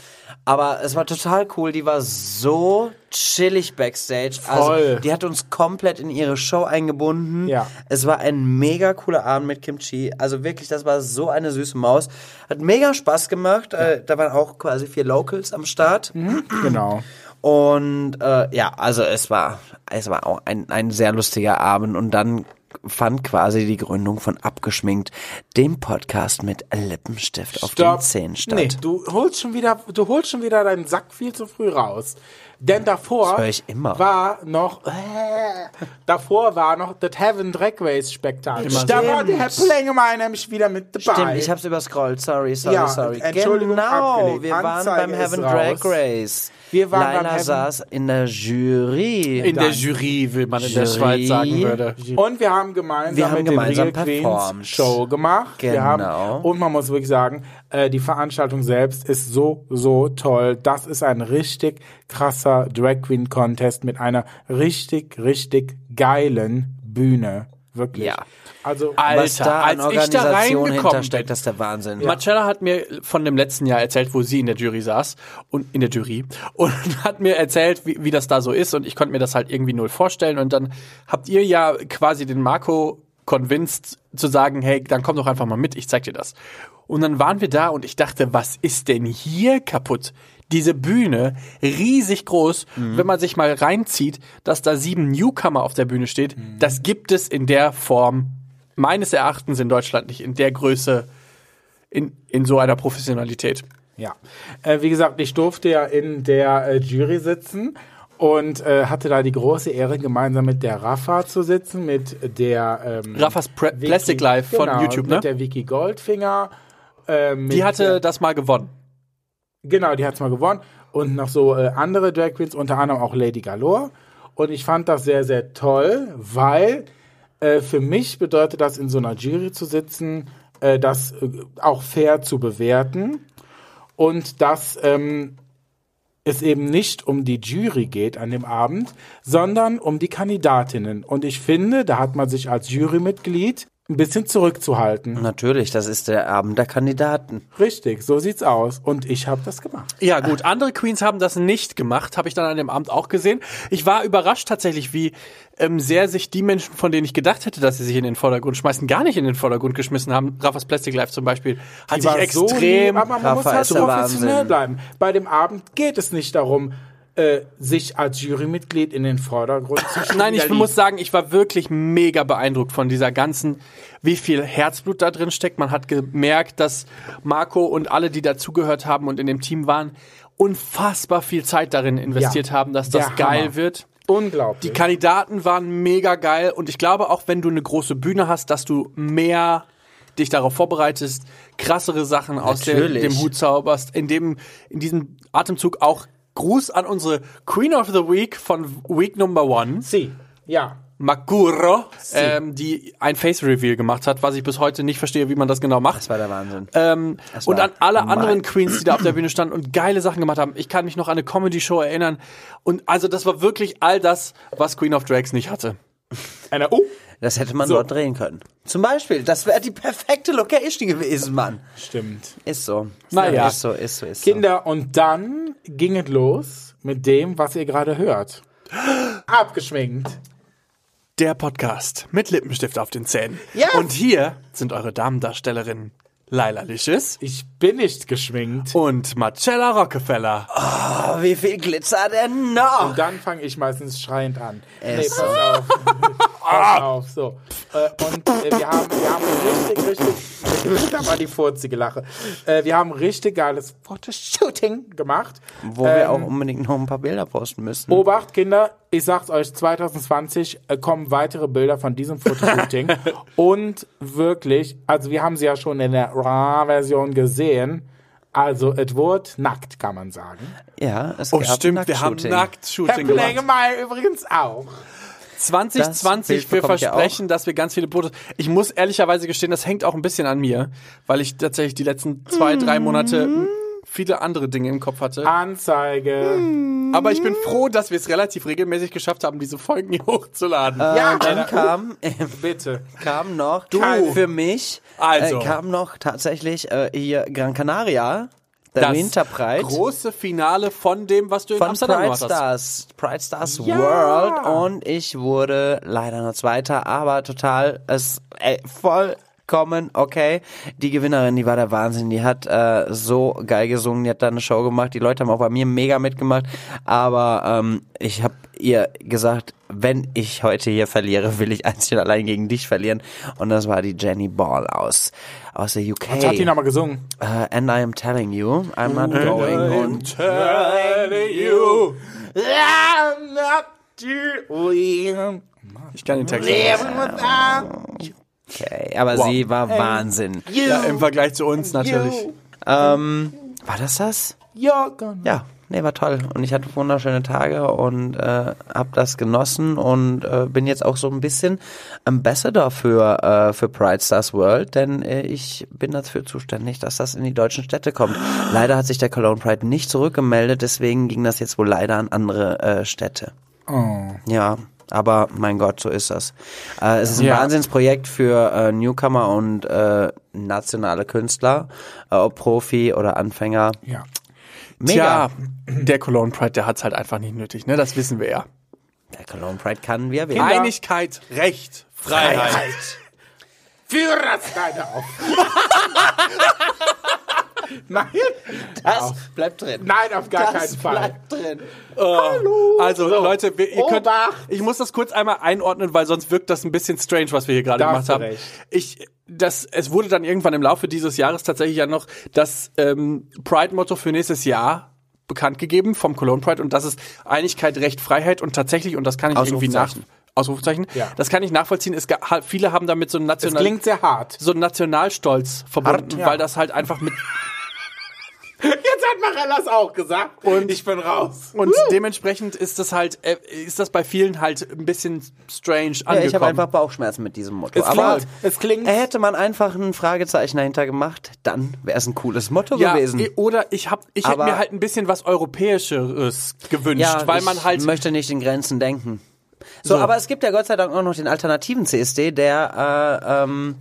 S3: Aber es war total cool, die war so chillig backstage.
S1: Voll.
S3: Also, die hat uns komplett in ihre Show eingebunden.
S1: Ja.
S3: Es war ein mega cooler Abend mit Kimchi. Also wirklich, das war so eine süße Maus. Hat mega Spaß gemacht. Äh, da waren auch quasi vier Locals am Start.
S1: genau.
S3: Und äh, ja, also es war, es war auch ein, ein sehr lustiger Abend. Und dann fand quasi die Gründung von Abgeschminkt, dem Podcast mit Lippenstift auf den Zähnen statt.
S1: Nee, du holst schon wieder, du holst schon wieder deinen Sack viel zu früh raus. Denn davor
S3: hör ich immer.
S1: war noch, äh, davor war noch das Heaven Drag Race Spektakel. Da war der Herr Plengemeyer nämlich wieder mit dabei.
S3: Stimmt, ich hab's überscrollt. Sorry, sorry,
S1: Ja,
S3: sorry.
S1: Entschuldigung,
S3: genau,
S1: abgelegt.
S3: wir waren
S1: Anzeige
S3: beim
S1: ist
S3: Heaven
S1: raus.
S3: Drag Race.
S1: Wir waren
S3: Laila
S1: beim Heaven-
S3: saß in der Jury.
S2: In der Jury, wie man in der
S3: Jury.
S2: Schweiz sagen würde.
S1: Und wir haben gemeinsam
S3: Wir haben
S1: mit
S3: gemeinsam
S1: den Real
S3: performt.
S1: Queens Show gemacht. Wir
S3: Genau.
S1: haben, und man muss wirklich sagen, äh, die Veranstaltung selbst ist so, so toll. Das ist ein richtig krasser Drag Queen Contest mit einer richtig, richtig geilen Bühne. Wirklich.
S3: Ja.
S1: Also,
S3: Was da an
S2: als ich da
S3: Organisation
S2: reingekommen
S3: hintersteckt,
S2: bin.
S3: das ist der Wahnsinn.
S2: Marcella hat mir von dem letzten Jahr erzählt, wo sie in der Jury saß und in der Jury und [LAUGHS] hat mir erzählt, wie, wie das da so ist und ich konnte mir das halt irgendwie null vorstellen und dann habt ihr ja quasi den Marco convinced zu sagen, hey, dann komm doch einfach mal mit, ich zeig dir das. Und dann waren wir da und ich dachte, was ist denn hier kaputt? Diese Bühne, riesig groß, wenn man sich mal reinzieht, dass da sieben Newcomer auf der Bühne steht, das gibt es in der Form meines Erachtens in Deutschland nicht, in der Größe in, in so einer Professionalität.
S1: Ja. Äh, wie gesagt, ich durfte ja in der äh, Jury sitzen und äh, hatte da die große Ehre, gemeinsam mit der Rafa zu sitzen, mit der ähm,
S2: Raffas Pre
S1: Vicky-
S2: Plastic Life von
S1: genau,
S2: YouTube,
S1: mit
S2: ne?
S1: der Vicky Goldfinger. äh, mit,
S2: Die hatte
S1: äh,
S2: das mal gewonnen.
S1: genau, die hat's mal gewonnen. Und noch so äh, andere Drag Queens, unter anderem auch Lady Galore. Und ich fand das sehr, sehr toll, weil äh, für mich bedeutet das, in so einer Jury zu sitzen, äh, das äh, auch fair zu bewerten. Und dass ähm, es eben nicht um die Jury geht an dem Abend, sondern um die Kandidatinnen. Und ich finde, da hat man sich als Jurymitglied ein bisschen zurückzuhalten.
S3: Natürlich, das ist der Abend der Kandidaten.
S1: Richtig, so sieht's aus. Und ich habe das gemacht.
S2: Ja, gut. Andere Queens haben das nicht gemacht, habe ich dann an dem Abend auch gesehen. Ich war überrascht tatsächlich, wie ähm, sehr sich die Menschen, von denen ich gedacht hätte, dass sie sich in den Vordergrund schmeißen, gar nicht in den Vordergrund geschmissen haben. Raffas Plastic Life zum Beispiel hat sich
S1: war so
S2: extrem.
S1: lieb, aber man muss
S3: Rafa
S1: halt
S3: ist der
S1: professionell
S3: Wahnsinn.
S1: bleiben. Bei dem Abend geht es nicht darum, äh, sich als Jurymitglied in den Vordergrund zu stellen.
S2: Nein, ich muss sagen, ich war wirklich mega beeindruckt von dieser ganzen, wie viel Herzblut da drin steckt. Man hat gemerkt, dass Marco und alle, die dazugehört haben und in dem Team waren, unfassbar viel Zeit darin investiert
S1: Ja,
S2: haben, dass das
S1: der
S2: geil
S1: Hammer.
S2: wird.
S1: Unglaublich.
S2: Die Kandidaten waren mega geil und ich glaube auch, wenn du eine große Bühne hast, dass du mehr dich darauf vorbereitest, krassere Sachen aus der,
S3: Natürlich.
S2: dem Hut zauberst, in dem in diesem Atemzug auch Gruß an unsere Queen of the Week von Week Number One.
S1: Sie. Ja.
S2: Makuro, ähm, die ein Face Reveal gemacht hat, was ich bis heute nicht verstehe, wie man das genau macht.
S3: Das war der Wahnsinn.
S2: Ähm,
S3: Das
S2: und
S3: war
S2: an alle
S3: gemein.
S2: anderen Queens, die da auf der Bühne standen und geile Sachen gemacht haben. Ich kann mich noch an eine Comedy-Show erinnern. Und also das war wirklich all das, was Queen of Drags nicht hatte.
S1: Einer, oh,
S3: Das hätte man dort drehen können. Zum Beispiel, das wäre die perfekte Location gewesen, Mann.
S1: stimmt.
S3: Ist so.
S2: Naja.
S3: Ist so, ist so, ist so.
S1: Kinder, und dann ging es los mit dem, was ihr gerade hört. [GASPS] Abgeschminkt.
S2: Der Podcast mit Lippenstift auf den Zähnen.
S3: Ja.
S2: Und hier sind eure Damendarstellerinnen Laila Lisches
S1: Ich bin nicht geschminkt.
S2: und Marcella Rockefeller.
S3: Oh, wie viel Glitzer hat er noch?
S1: Und dann fange ich meistens schreiend an. Nee, pass auf. pass auf, so. Äh, und äh, wir, haben, wir haben richtig, richtig, [LAUGHS] da war die furzige Lache. Äh, wir haben richtig geiles Fotoshooting gemacht.
S3: Wo
S2: ähm,
S3: wir auch unbedingt noch ein paar Bilder posten müssen.
S2: Oh.
S1: Obacht, Kinder, ich sag's euch, 2020 äh, kommen weitere Bilder von diesem Fotoshooting. und wirklich, also wir haben sie ja schon in der RAW-Version gesehen. Also, es wurde nackt, kann man sagen.
S3: Ja, es
S2: Oh
S3: gab
S2: stimmt, wir haben
S3: Nacktshooting.
S1: Herr
S2: Nackt-Shooting gemacht.
S1: Pflegemal übrigens auch.
S2: 2020,
S3: Das Bild
S2: wir
S3: bekomme ich ja
S2: versprechen, dass wir ganz viele Fotos. Ich muss ehrlicherweise gestehen, das hängt auch ein bisschen an mir, weil ich tatsächlich die letzten zwei, drei
S3: Mhm.
S2: Monate mh, viele andere Dinge im Kopf hatte.
S1: Anzeige.
S2: Aber ich bin froh, dass wir es relativ regelmäßig geschafft haben, diese Folgen [LAUGHS] hier hochzuladen.
S3: Äh,
S1: Ja,
S3: Dann kam, [LAUGHS] ähm,
S1: bitte.
S3: kam noch du. für mich
S2: Also.
S3: äh, kam noch tatsächlich äh, hier Gran Canaria, der
S2: das
S3: Winterpreis
S2: große Finale von dem, was du in
S3: von
S2: Amsterdam
S3: Pride
S2: gemacht hast.
S3: Stars, Pride Stars World und ich wurde leider nur Zweiter, aber total, es ey, vollkommen okay. Die Gewinnerin, die war der Wahnsinn, die hat äh, so geil gesungen, die hat da eine Show gemacht, die Leute haben auch bei mir mega mitgemacht, aber ähm, ich habe ihr gesagt, wenn ich heute hier verliere, will ich einzig und allein gegen dich verlieren und das war die Jenny Ball aus aus der UK.
S1: Ich hab die nochmal gesungen.
S3: Äh, and I am telling you, I'm not going und
S1: I'm not doing
S2: Ich kann den Text nicht.
S1: without
S3: Okay, aber sie war Wahnsinn.
S2: Ja, Im Vergleich zu uns natürlich.
S3: Ähm, war das das?
S1: you're gonna-
S3: Ja, nee, war toll. Und ich hatte wunderschöne Tage und äh, habe das genossen und äh, bin jetzt auch so ein bisschen Ambassador für, äh, für Pride Stars World, denn äh, ich bin dafür zuständig, dass das in die deutschen Städte kommt. Leider hat sich der Cologne Pride nicht zurückgemeldet, deswegen ging das jetzt wohl leider an andere äh, Städte. Ja, aber mein Gott, so ist das. Äh, es ist ein Wahnsinnsprojekt für äh, Newcomer und äh, nationale Künstler, äh, ob Profi oder Anfänger.
S1: Ja.
S3: Mega.
S2: Tja, der Cologne Pride, der hat's halt einfach nicht nötig, ne? Das wissen wir ja.
S3: Der Cologne Pride kann wir werden.
S2: Einigkeit, Recht, Freiheit.
S1: Führe das leider auf. [LAUGHS] Nein,
S3: Das bleibt drin.
S1: nein, auf gar keinen Fall.
S3: bleibt drin.
S2: Also Leute, wir, ihr könnt,
S1: Obacht!
S2: ich muss das kurz einmal einordnen, weil sonst wirkt das ein bisschen strange, was wir hier gerade
S1: Da
S2: gemacht
S1: hast du
S2: haben.
S1: recht.
S2: Ich, das, es wurde dann irgendwann im Laufe dieses Jahres tatsächlich ja noch das ähm, Pride-Motto für nächstes Jahr bekannt gegeben vom Cologne Pride und das ist Einigkeit, Recht, Freiheit und tatsächlich und das kann ich irgendwie nach
S3: Ausrufezeichen.
S2: Ausrufezeichen.
S1: Ja.
S2: Das kann ich nachvollziehen. Es ga- ha- viele haben damit so einen
S1: Es
S2: national
S1: klingt sehr hart.
S2: so einen Nationalstolz verbunden,
S1: Hart, ja.
S2: weil das halt einfach mit
S1: Jetzt hat Marellas auch gesagt. Und ich bin raus.
S2: Und dementsprechend ist das halt, äh, ist das bei vielen halt ein bisschen strange angekommen.
S3: Ja, ich habe einfach Bauchschmerzen mit diesem Motto.
S1: Es
S3: aber
S1: klingt, es klingt.
S3: hätte man einfach ein Fragezeichen dahinter gemacht, dann wäre es ein cooles Motto
S2: ja,
S3: gewesen.
S2: eh, oder ich hab, ich hätte
S3: Aber-
S2: mir halt ein bisschen was Europäischeres gewünscht,
S3: ja,
S2: weil
S3: ich
S2: man halt,
S3: möchte nicht in Grenzen denken. So, aber es gibt ja Gott sei Dank auch noch den alternativen CSD, der, äh, ähm,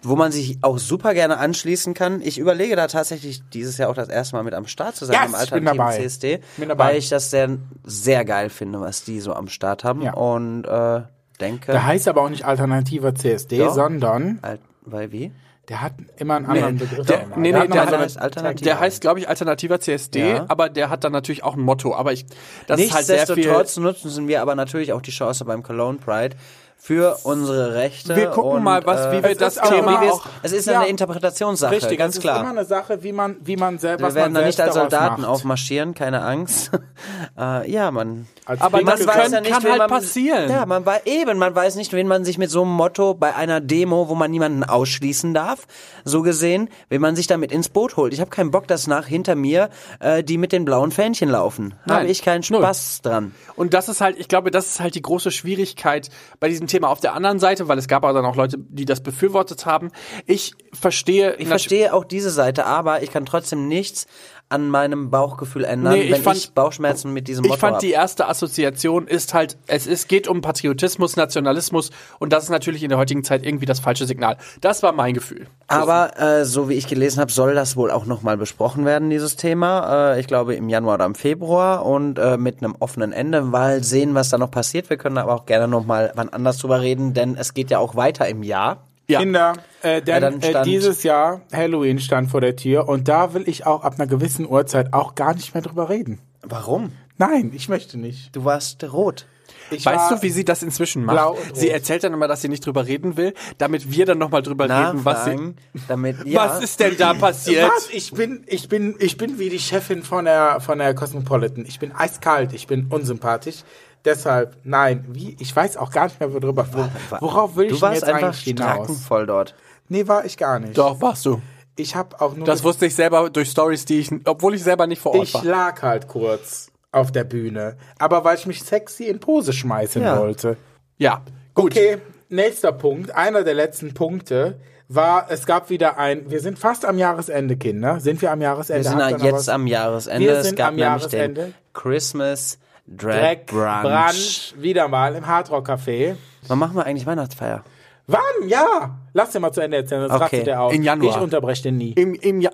S3: wo man sich auch super gerne anschließen kann. Ich überlege da tatsächlich dieses Jahr auch das erste Mal mit am Start zu sein
S1: Yes,
S3: am
S1: bin
S3: alternativen
S1: dabei.
S3: CSD,
S1: Bin dabei.
S3: weil ich das sehr, sehr geil finde, was die so am Start haben
S1: Ja.
S3: und äh, denke,
S1: Der heißt aber auch nicht alternativer CSD,
S3: Doch.
S1: sondern
S3: Alt- weil wie?
S1: der hat immer einen anderen Begriff.
S2: der-
S1: nochmal.
S2: nee, nee,
S1: hat
S2: der
S1: nochmal
S3: heißt
S1: so
S3: alternativ.
S2: Der heißt, glaube ich, alternativer CSD,
S3: Ja.
S2: aber der hat dann natürlich auch ein Motto. Aber ich, das ist halt sehr viel.
S3: Nichtsdestotrotz nutzen wir aber natürlich auch die Chance beim Cologne Pride für unsere Rechte.
S2: Wir gucken
S3: und,
S2: mal, was, wie
S3: äh,
S2: wir
S1: es
S2: das
S1: ist aber-
S2: Thema
S1: wie wir
S3: es,
S2: auch.
S3: es ist
S1: Ja.
S3: eine Interpretationssache,
S1: Richtig,
S3: ganz
S1: es
S3: klar.
S1: ist immer eine Sache, wie man, wie man selber
S3: Wir werden da
S1: man
S3: nicht als
S1: selbst daraus
S3: Soldaten
S1: macht.
S3: aufmarschieren, keine Angst. [LAUGHS] äh, ja, man.
S1: Als
S2: Aber
S1: Linke
S2: das
S1: Gruppe.
S2: können- kann
S3: wen
S2: halt
S3: man,
S2: passieren.
S3: Ja, man weiß eben, man weiß nicht, wen man sich mit so einem Motto bei einer Demo, wo man niemanden ausschließen darf, so gesehen, wen man sich damit ins Boot holt. Ich habe keinen Bock, dass nach hinter mir äh, die mit den blauen Fähnchen laufen.
S2: Nein,
S3: Habe ich keinen
S2: null.
S3: Spaß dran.
S2: Und das ist halt, ich glaube, das ist halt die große Schwierigkeit bei diesem Thema. Auf der anderen Seite, weil es gab aber dann auch Leute, die das befürwortet haben. Ich verstehe.
S3: Ich verstehe auch diese Seite, aber ich kann trotzdem nichts an meinem Bauchgefühl ändern,
S2: Nee, ich
S3: wenn
S2: fand-
S3: ich Bauchschmerzen mit diesem Motto
S2: Ich fand
S3: hab.
S2: die erste Assoziation ist halt, es ist, geht um Patriotismus, Nationalismus und das ist natürlich in der heutigen Zeit irgendwie das falsche Signal. Das war mein Gefühl.
S3: Aber äh, so wie ich gelesen habe, soll das wohl auch nochmal besprochen werden, dieses Thema. Äh, ich glaube im Januar oder im Februar und äh, mit einem offenen Ende. Mal sehen, was da noch passiert. Wir können aber auch gerne nochmal wann anders drüber reden, denn es geht ja auch weiter im Jahr.
S2: Ja.
S1: Kinder, äh, denn
S3: dann
S1: äh,
S3: stand-
S1: dieses Jahr Halloween stand vor der Tür und da will ich auch ab einer gewissen Uhrzeit auch gar nicht mehr drüber reden.
S3: Warum?
S1: Nein, ich möchte nicht.
S3: Du warst rot.
S1: Ich
S2: Weißt
S1: war-
S2: du, wie sie das inzwischen
S1: Blau
S2: macht?
S1: und rot.
S2: Sie erzählt dann immer, dass sie nicht drüber reden will, damit wir dann nochmal drüber reden, was sie.
S3: Nachfragen, damit
S2: [LAUGHS]
S3: ja.
S2: Was ist denn da passiert?
S1: Was? Ich bin, ich bin, ich bin wie die Chefin von der, von der Cosmopolitan. Ich bin eiskalt, ich bin unsympathisch. Deshalb, nein, wie? Ich weiß auch gar nicht mehr, worüber, wo, worauf will
S3: du
S1: ich denn
S3: warst
S1: jetzt
S3: einfach
S1: eigentlich hinaus?
S3: strackenvoll dort.
S1: Nee, war ich gar nicht.
S2: Doch, warst du.
S1: Ich habe auch nur,
S2: Das
S1: ges-
S2: wusste ich selber durch Stories, die ich, obwohl ich selber nicht vor Ort
S1: ich
S2: war.
S1: lag halt kurz auf der Bühne. Aber weil ich mich sexy in Pose schmeißen
S3: Ja.
S1: wollte.
S2: Ja, gut.
S1: Okay, nächster Punkt, einer der letzten Punkte war, es gab wieder ein, wir sind fast am Jahresende, Kinder. Sind wir am Jahresende?
S3: Wir sind
S1: Habt ihr
S3: ja
S1: noch was?
S3: jetzt am Jahresende.
S1: Wir
S3: es
S1: sind
S3: gab
S1: am
S3: nämlich den
S1: Jahresende.
S3: Christmas Drag,
S1: Dreck,
S3: Brunch.
S1: Brunch, wieder mal im Hardrock Café.
S3: Wann machen wir eigentlich Weihnachtsfeier?
S1: Wann? Ja! Lass dir mal zu Ende erzählen, sonst
S3: Okay,
S1: rastet er auf.
S2: in Januar.
S1: Ich unterbreche den nie.
S2: Im, im ja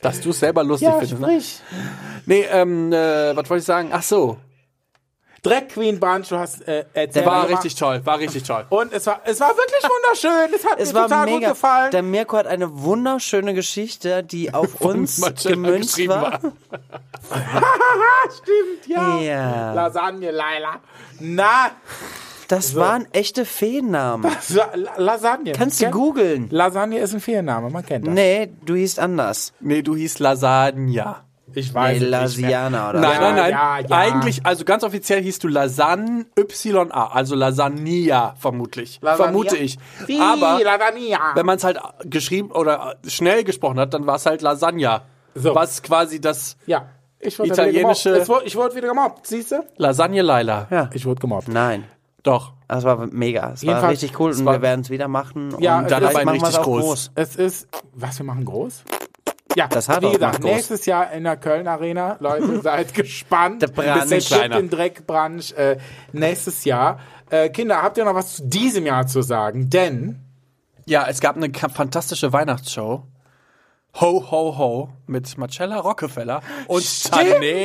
S2: Dass du es selber lustig findest. Ne?
S1: sprich.
S2: Nee, ähm, äh, was wollte ich sagen? Ach so.
S1: Dreck Queen Brunch, du hast äh, erzählt.
S2: War
S1: aber-
S2: richtig toll, war richtig toll.
S1: Und es war, es war wirklich wunderschön. Es hat
S3: Es
S1: mir
S3: war
S1: total
S3: mega.
S1: gut gefallen.
S3: Der Mirko hat eine wunderschöne Geschichte, die auf uns
S2: Marcella
S3: gemünzt
S2: geschrieben
S3: war.
S1: Stimmt, ja.
S3: Ja.
S1: Lasagne, Leila. Na,
S3: Das waren echte Feennamen.
S1: so, La- Lasagne.
S3: Kannst du
S1: Kennt-
S3: googeln?
S1: Lasagne ist ein Fehlname, man kennt das.
S3: Nee, du hießt anders.
S2: Nee, du hieß Lasagna.
S1: Ich weiß
S3: Nee,
S1: es nicht mehr.
S3: Lasiana oder
S2: Nein,
S1: Ja,
S2: nein, nein.
S1: ja, ja.
S2: Eigentlich, also ganz offiziell hieß du Lasagne YA, also Lasagnia vermutlich.
S1: Lasagne?
S2: Vermute ich.
S1: Wie,
S2: Aber
S1: Lasagna.
S2: wenn man es halt geschrieben oder schnell gesprochen hat, dann war es halt Lasagna.
S1: So.
S2: Was quasi das
S1: Ja. Ich wurde
S2: Italienische-
S1: wieder gemobbt. Es wurde- Ich wurde wieder gemobbt, siehst du?
S2: Lasagne Leila.
S3: Ja.
S1: Ich wurde gemobbt.
S3: Nein.
S2: Doch.
S3: Das war mega. Es war
S1: Jedenfalls,
S3: richtig cool und wir werden es wieder machen.
S1: Ja,
S3: und
S1: dann
S3: vielleicht
S1: aber in
S3: machen wir es
S2: richtig
S3: auch groß.
S2: groß.
S1: Es ist, was wir machen groß? Ja,
S3: Das hat
S1: wie
S3: auch
S1: gesagt,
S3: macht groß.
S1: nächstes Jahr in der Köln Arena.
S3: [LAUGHS]
S1: Leute, seid gespannt.
S3: Der Brunch.
S1: Bisschen
S2: Kleiner.
S1: den Dreckbrunch äh, nächstes Jahr. Äh, Kinder, habt ihr noch was zu diesem Jahr zu sagen? Denn
S2: Ja, es gab eine ka- fantastische Weihnachtsshow. Ho, ho, ho. Mit Marcella Rockefeller und Tané.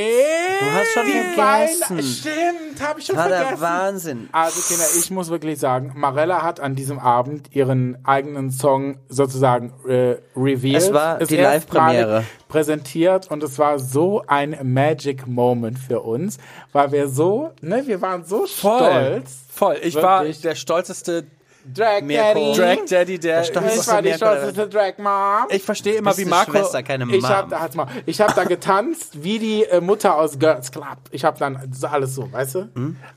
S3: Du hast schon
S1: Weihnachten.
S3: vergessen.
S1: Stimmt, habe ich schon
S3: War Ah, der
S1: vergessen.
S3: Wahnsinn.
S1: Also Kinder, ich muss wirklich sagen, Marella hat an diesem Abend ihren eigenen Song sozusagen äh, revealed.
S3: Es war
S1: Ist
S3: die
S1: erstmalig
S3: Live-Premiere.
S1: Präsentiert und es war so ein Magic Moment für uns, weil wir so, ne, wir waren so stolz.
S2: Voll. Ich war
S1: Wirklich.
S2: der stolteste
S1: Drag Daddy.
S2: Drag Daddy, der.
S3: stolz-
S1: ich war die stolzeste Drag Mom.
S2: Ich verstehe immer,
S3: Bist
S2: wie
S3: eine
S2: Marco.
S3: Schwester, keine Mom.
S1: Ich habe da, hat's mal, ich hab da getanzt wie die äh, Mutter aus Girls Club. Ich habe dann so alles so, weißt du? Auch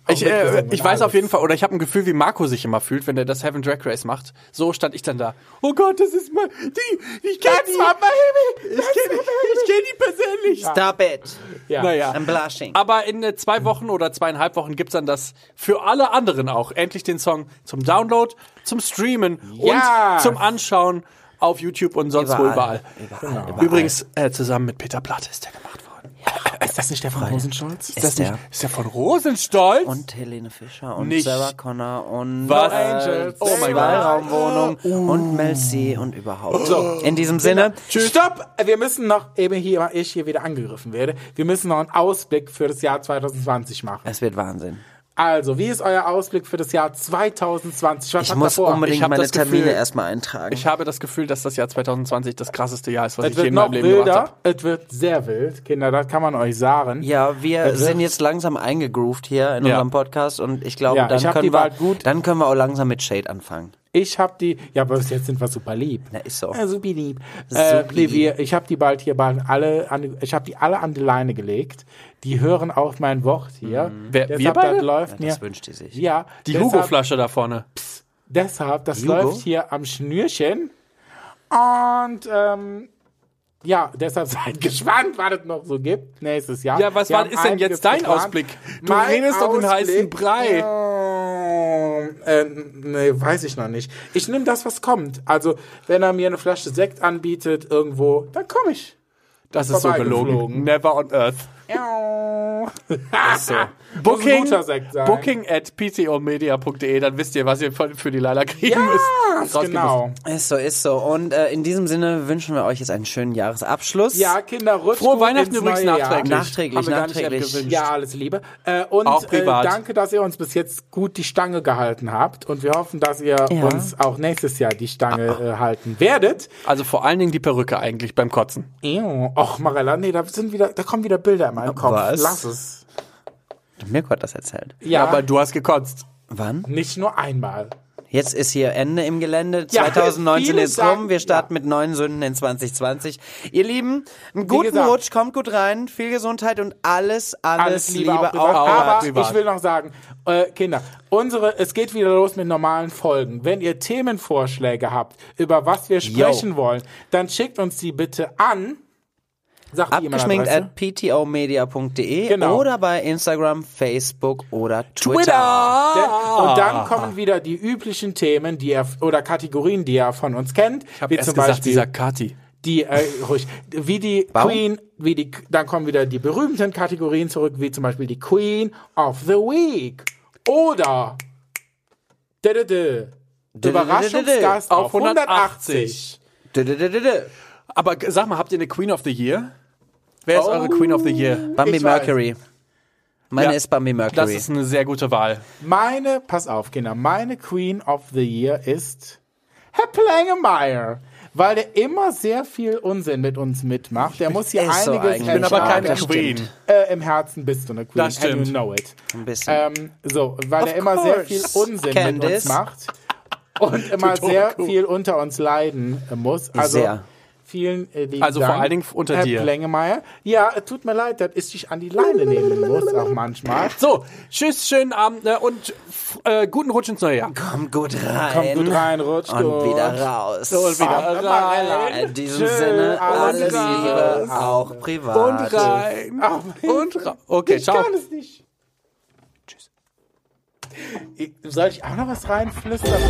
S2: Ich, äh,
S1: mitgesungen
S2: ich
S1: und
S2: weiß auf
S1: alles.
S2: jeden Fall, oder ich habe ein Gefühl, wie Marco sich immer fühlt, wenn er das Heaven Drag Race macht. So stand ich dann da. Oh Gott, das ist mal. Die, ich kenne die.
S1: That's my baby.
S2: Ich kenne die, ich kenn die persönlich.
S3: Stop it.
S1: Ja.
S2: Naja.
S3: I'm blushing.
S2: Ähm, Aber in äh, zwei Wochen oder zweieinhalb Wochen gibt's dann das für alle anderen auch endlich den Song zum Download, zum Streamen und
S1: Yes.
S2: zum Anschauen auf YouTube und sonst wo überall. Genau.
S3: Überall. überall.
S2: Übrigens äh, zusammen mit Peter Platte ist der gemacht worden. Ist das nicht der von Rosenstolz? Ist,
S3: Ist
S2: das nicht,
S3: der.
S2: ist der von Rosenstolz?
S3: Und Helene Fischer und
S2: Nicht.
S3: Sarah Connor und
S2: Was?
S3: äh,
S2: Angels. Oh mein Gott.
S3: Zweiraumwohnung und Mel C und überhaupt. So, in diesem Sinne,
S1: Tschüss. Stopp! Wir müssen noch, eben hier, weil ich hier wieder angegriffen werde, wir müssen noch einen Ausblick für das Jahr 2020 machen.
S3: es wird Wahnsinn.
S1: Also, wie ist euer Ausblick für das Jahr 2020? Was
S3: Ich
S1: habt ihr
S3: muss
S1: vor?
S3: unbedingt
S2: Ich hab
S3: meine
S2: das Gefühl-
S3: Termine erstmal eintragen.
S2: Ich habe das Gefühl, dass das Jahr 2020 das krasseste Jahr ist, was
S1: Es
S2: ich je
S1: wird
S2: in meinem
S1: noch
S2: Leben gemacht
S1: wilder.
S2: habe.
S1: Es wird sehr wild, Kinder, das kann man euch sagen.
S3: ja, wir
S1: wird-
S3: sind jetzt langsam eingegroovt hier in
S2: Ja.
S3: unserem Podcast und ich glaube,
S1: Ja,
S3: dann,
S1: ich hab die
S3: können
S1: Wahl
S3: wir,
S1: gut.
S3: dann können wir auch langsam mit Shade anfangen.
S1: Ich hab die, ja, aber bis jetzt sind wir super lieb.
S3: Na, ist so.
S1: Ja, super lieb. Äh, nee, wir, ich habe die bald hier bald alle, an, die- ich habe die alle an die Leine gelegt. Die hören auf mein Wort hier.
S2: Wer-
S1: das
S2: wir beide?
S1: läuft mir.
S3: Mhm. Das wünscht die sich.
S1: Ja,
S2: Die
S1: deshalb-
S2: Hugo-Flasche da vorne.
S1: Deshalb, das
S3: Hugo?
S1: läuft hier am Schnürchen. Und ähm, ja, deshalb [LAUGHS] seid gespannt, was es noch so gibt nächstes Jahr.
S2: Ja, was
S1: Wir
S2: war-
S1: haben
S2: ist denn jetzt
S1: einiges
S2: dein
S1: geplant.
S2: Ausblick? Du redest doch in heißen Brei.
S1: Ähm, äh, nee, weiß ich noch nicht. Ich nehme das, was kommt. Also, wenn er mir eine Flasche Sekt anbietet irgendwo, dann komme ich.
S2: Das ist so gelogen.
S1: Vorbeigeflogen.
S2: Never on earth. [LAUGHS]
S1: Ist so.
S2: Booking,
S1: guter Sekt sein.
S2: Booking at pcomedia.de, E, dann wisst ihr, was ihr von- für die Leila kriegen müsst.
S1: Ja,
S2: Rausgehen müsst.
S1: genau.
S3: Ist so, ist so. Und äh, in diesem Sinne wünschen wir euch jetzt einen schönen Jahresabschluss.
S1: Ja, Kinder, rutscht
S2: Frohe
S1: gut
S2: Weihnachten
S1: ins
S2: übrigens
S1: neue Jahr.
S2: nachträglich.
S3: Nachträglich,
S2: Haben wir gar
S3: nachträglich.
S2: Nicht abgewünscht.
S1: Ja, alles Liebe. Äh, und
S2: Auch privat.
S1: Äh, danke, dass ihr uns bis jetzt gut die Stange gehalten habt. Und wir hoffen, dass ihr uns auch nächstes Jahr die Stange äh, halten werdet.
S2: Also vor allen Dingen die Perücke eigentlich beim Kotzen.
S1: Ew. Och, Marella, nee, da, sind wieder, da kommen wieder Bilder in meinen Kopf.
S3: was?
S1: Lass es.
S3: Mirko hat das erzählt.
S1: Ja,
S2: Aber du hast gekotzt.
S3: Wann?
S1: nicht nur einmal.
S3: Jetzt ist hier Ende im Gelände.
S1: Ja,
S3: 2019
S1: vielen
S3: ist rum.
S1: Dank.
S3: Wir starten mit neuen Sünden in 2020. Ihr Lieben, einen
S1: Wie
S3: guten
S1: gesagt.
S3: Rutsch, kommt gut rein, viel Gesundheit und alles, alles,
S1: Alles Liebe, auch privat.
S3: auch
S1: Aber
S2: privat.
S1: ich will noch sagen, äh, Kinder, unsere, es geht wieder los mit normalen Folgen. Wenn ihr Themenvorschläge habt, über was wir sprechen wollen, dann schickt uns die bitte an. Sagt die
S3: Abgeschminkt
S1: E-Mail-Adresse.
S3: at ptomedia.de
S1: Genau.
S3: E oder bei Instagram, Facebook oder Twitter.
S1: Der- Und dann kommen wieder die üblichen Themen, die er oder Kategorien, die er von uns kennt, wie
S2: Erst
S1: zum
S2: gesagt,
S1: Beispiel
S2: dieser Kati.
S1: die äh, ruhig, wie die Queen, wie die dann kommen wieder die berühmten Kategorien zurück, wie zum Beispiel die Queen of the Week oder dö, dö, dö. Überraschungsgast
S2: Auf
S1: auf 180.
S3: Dö, dö, dö, dö, dö.
S2: Aber g- sag mal, habt ihr eine Queen of the Year? Wer
S1: Oh.
S2: ist eure Queen of the Year?
S1: Ich
S3: Bambi
S1: weiß.
S3: Mercury. Meine
S2: Ja,
S3: ist Bambi
S2: Das
S3: Mercury.
S2: ist eine sehr gute Wahl.
S1: Meine, pass auf, Kinder, meine Queen of the Year ist Herr Plangemeyer. Weil der immer sehr viel Unsinn mit uns mitmacht. Der muss hier
S3: ist so
S1: einiges
S3: eigentlich. Ich bin aber
S1: ertragen.
S3: keine Das Queen. stimmt.
S1: Äh, Im Herzen bist du eine Queen.
S2: Das
S1: And
S2: stimmt.
S1: you know it.
S3: Ein bisschen.
S1: Ähm, so, weil er immer sehr viel
S3: course,
S1: Unsinn mit
S3: Candice.
S1: uns macht. Und immer sehr viel unter uns leiden äh, muss. Also,
S3: Sehr.
S1: vielen äh, lieben
S2: Also vor
S1: Dank.
S2: allen Dingen unter
S1: Herr
S2: dir.
S1: Plangemeyer. Ja, äh, tut mir leid, dass ich dich an die Leine nehmen muss, auch manchmal.
S2: So, tschüss, schönen Abend ne, und f- äh, guten Rutsch ins neue Jahr.
S3: Kommt gut rein.
S1: Kommt gut rein, rutscht
S3: Und
S1: gut.
S3: wieder raus.
S2: Und wieder rein.
S3: In diesem
S1: Tschö,
S3: Sinne, alles
S1: alles
S3: Liebe,
S1: Liebe,
S3: auch privat.
S2: Und rein. Und raus. Okay,
S1: Ah, ich
S2: ciao.
S1: kann es nicht. Tschüss. Soll ich auch noch was reinflüstern?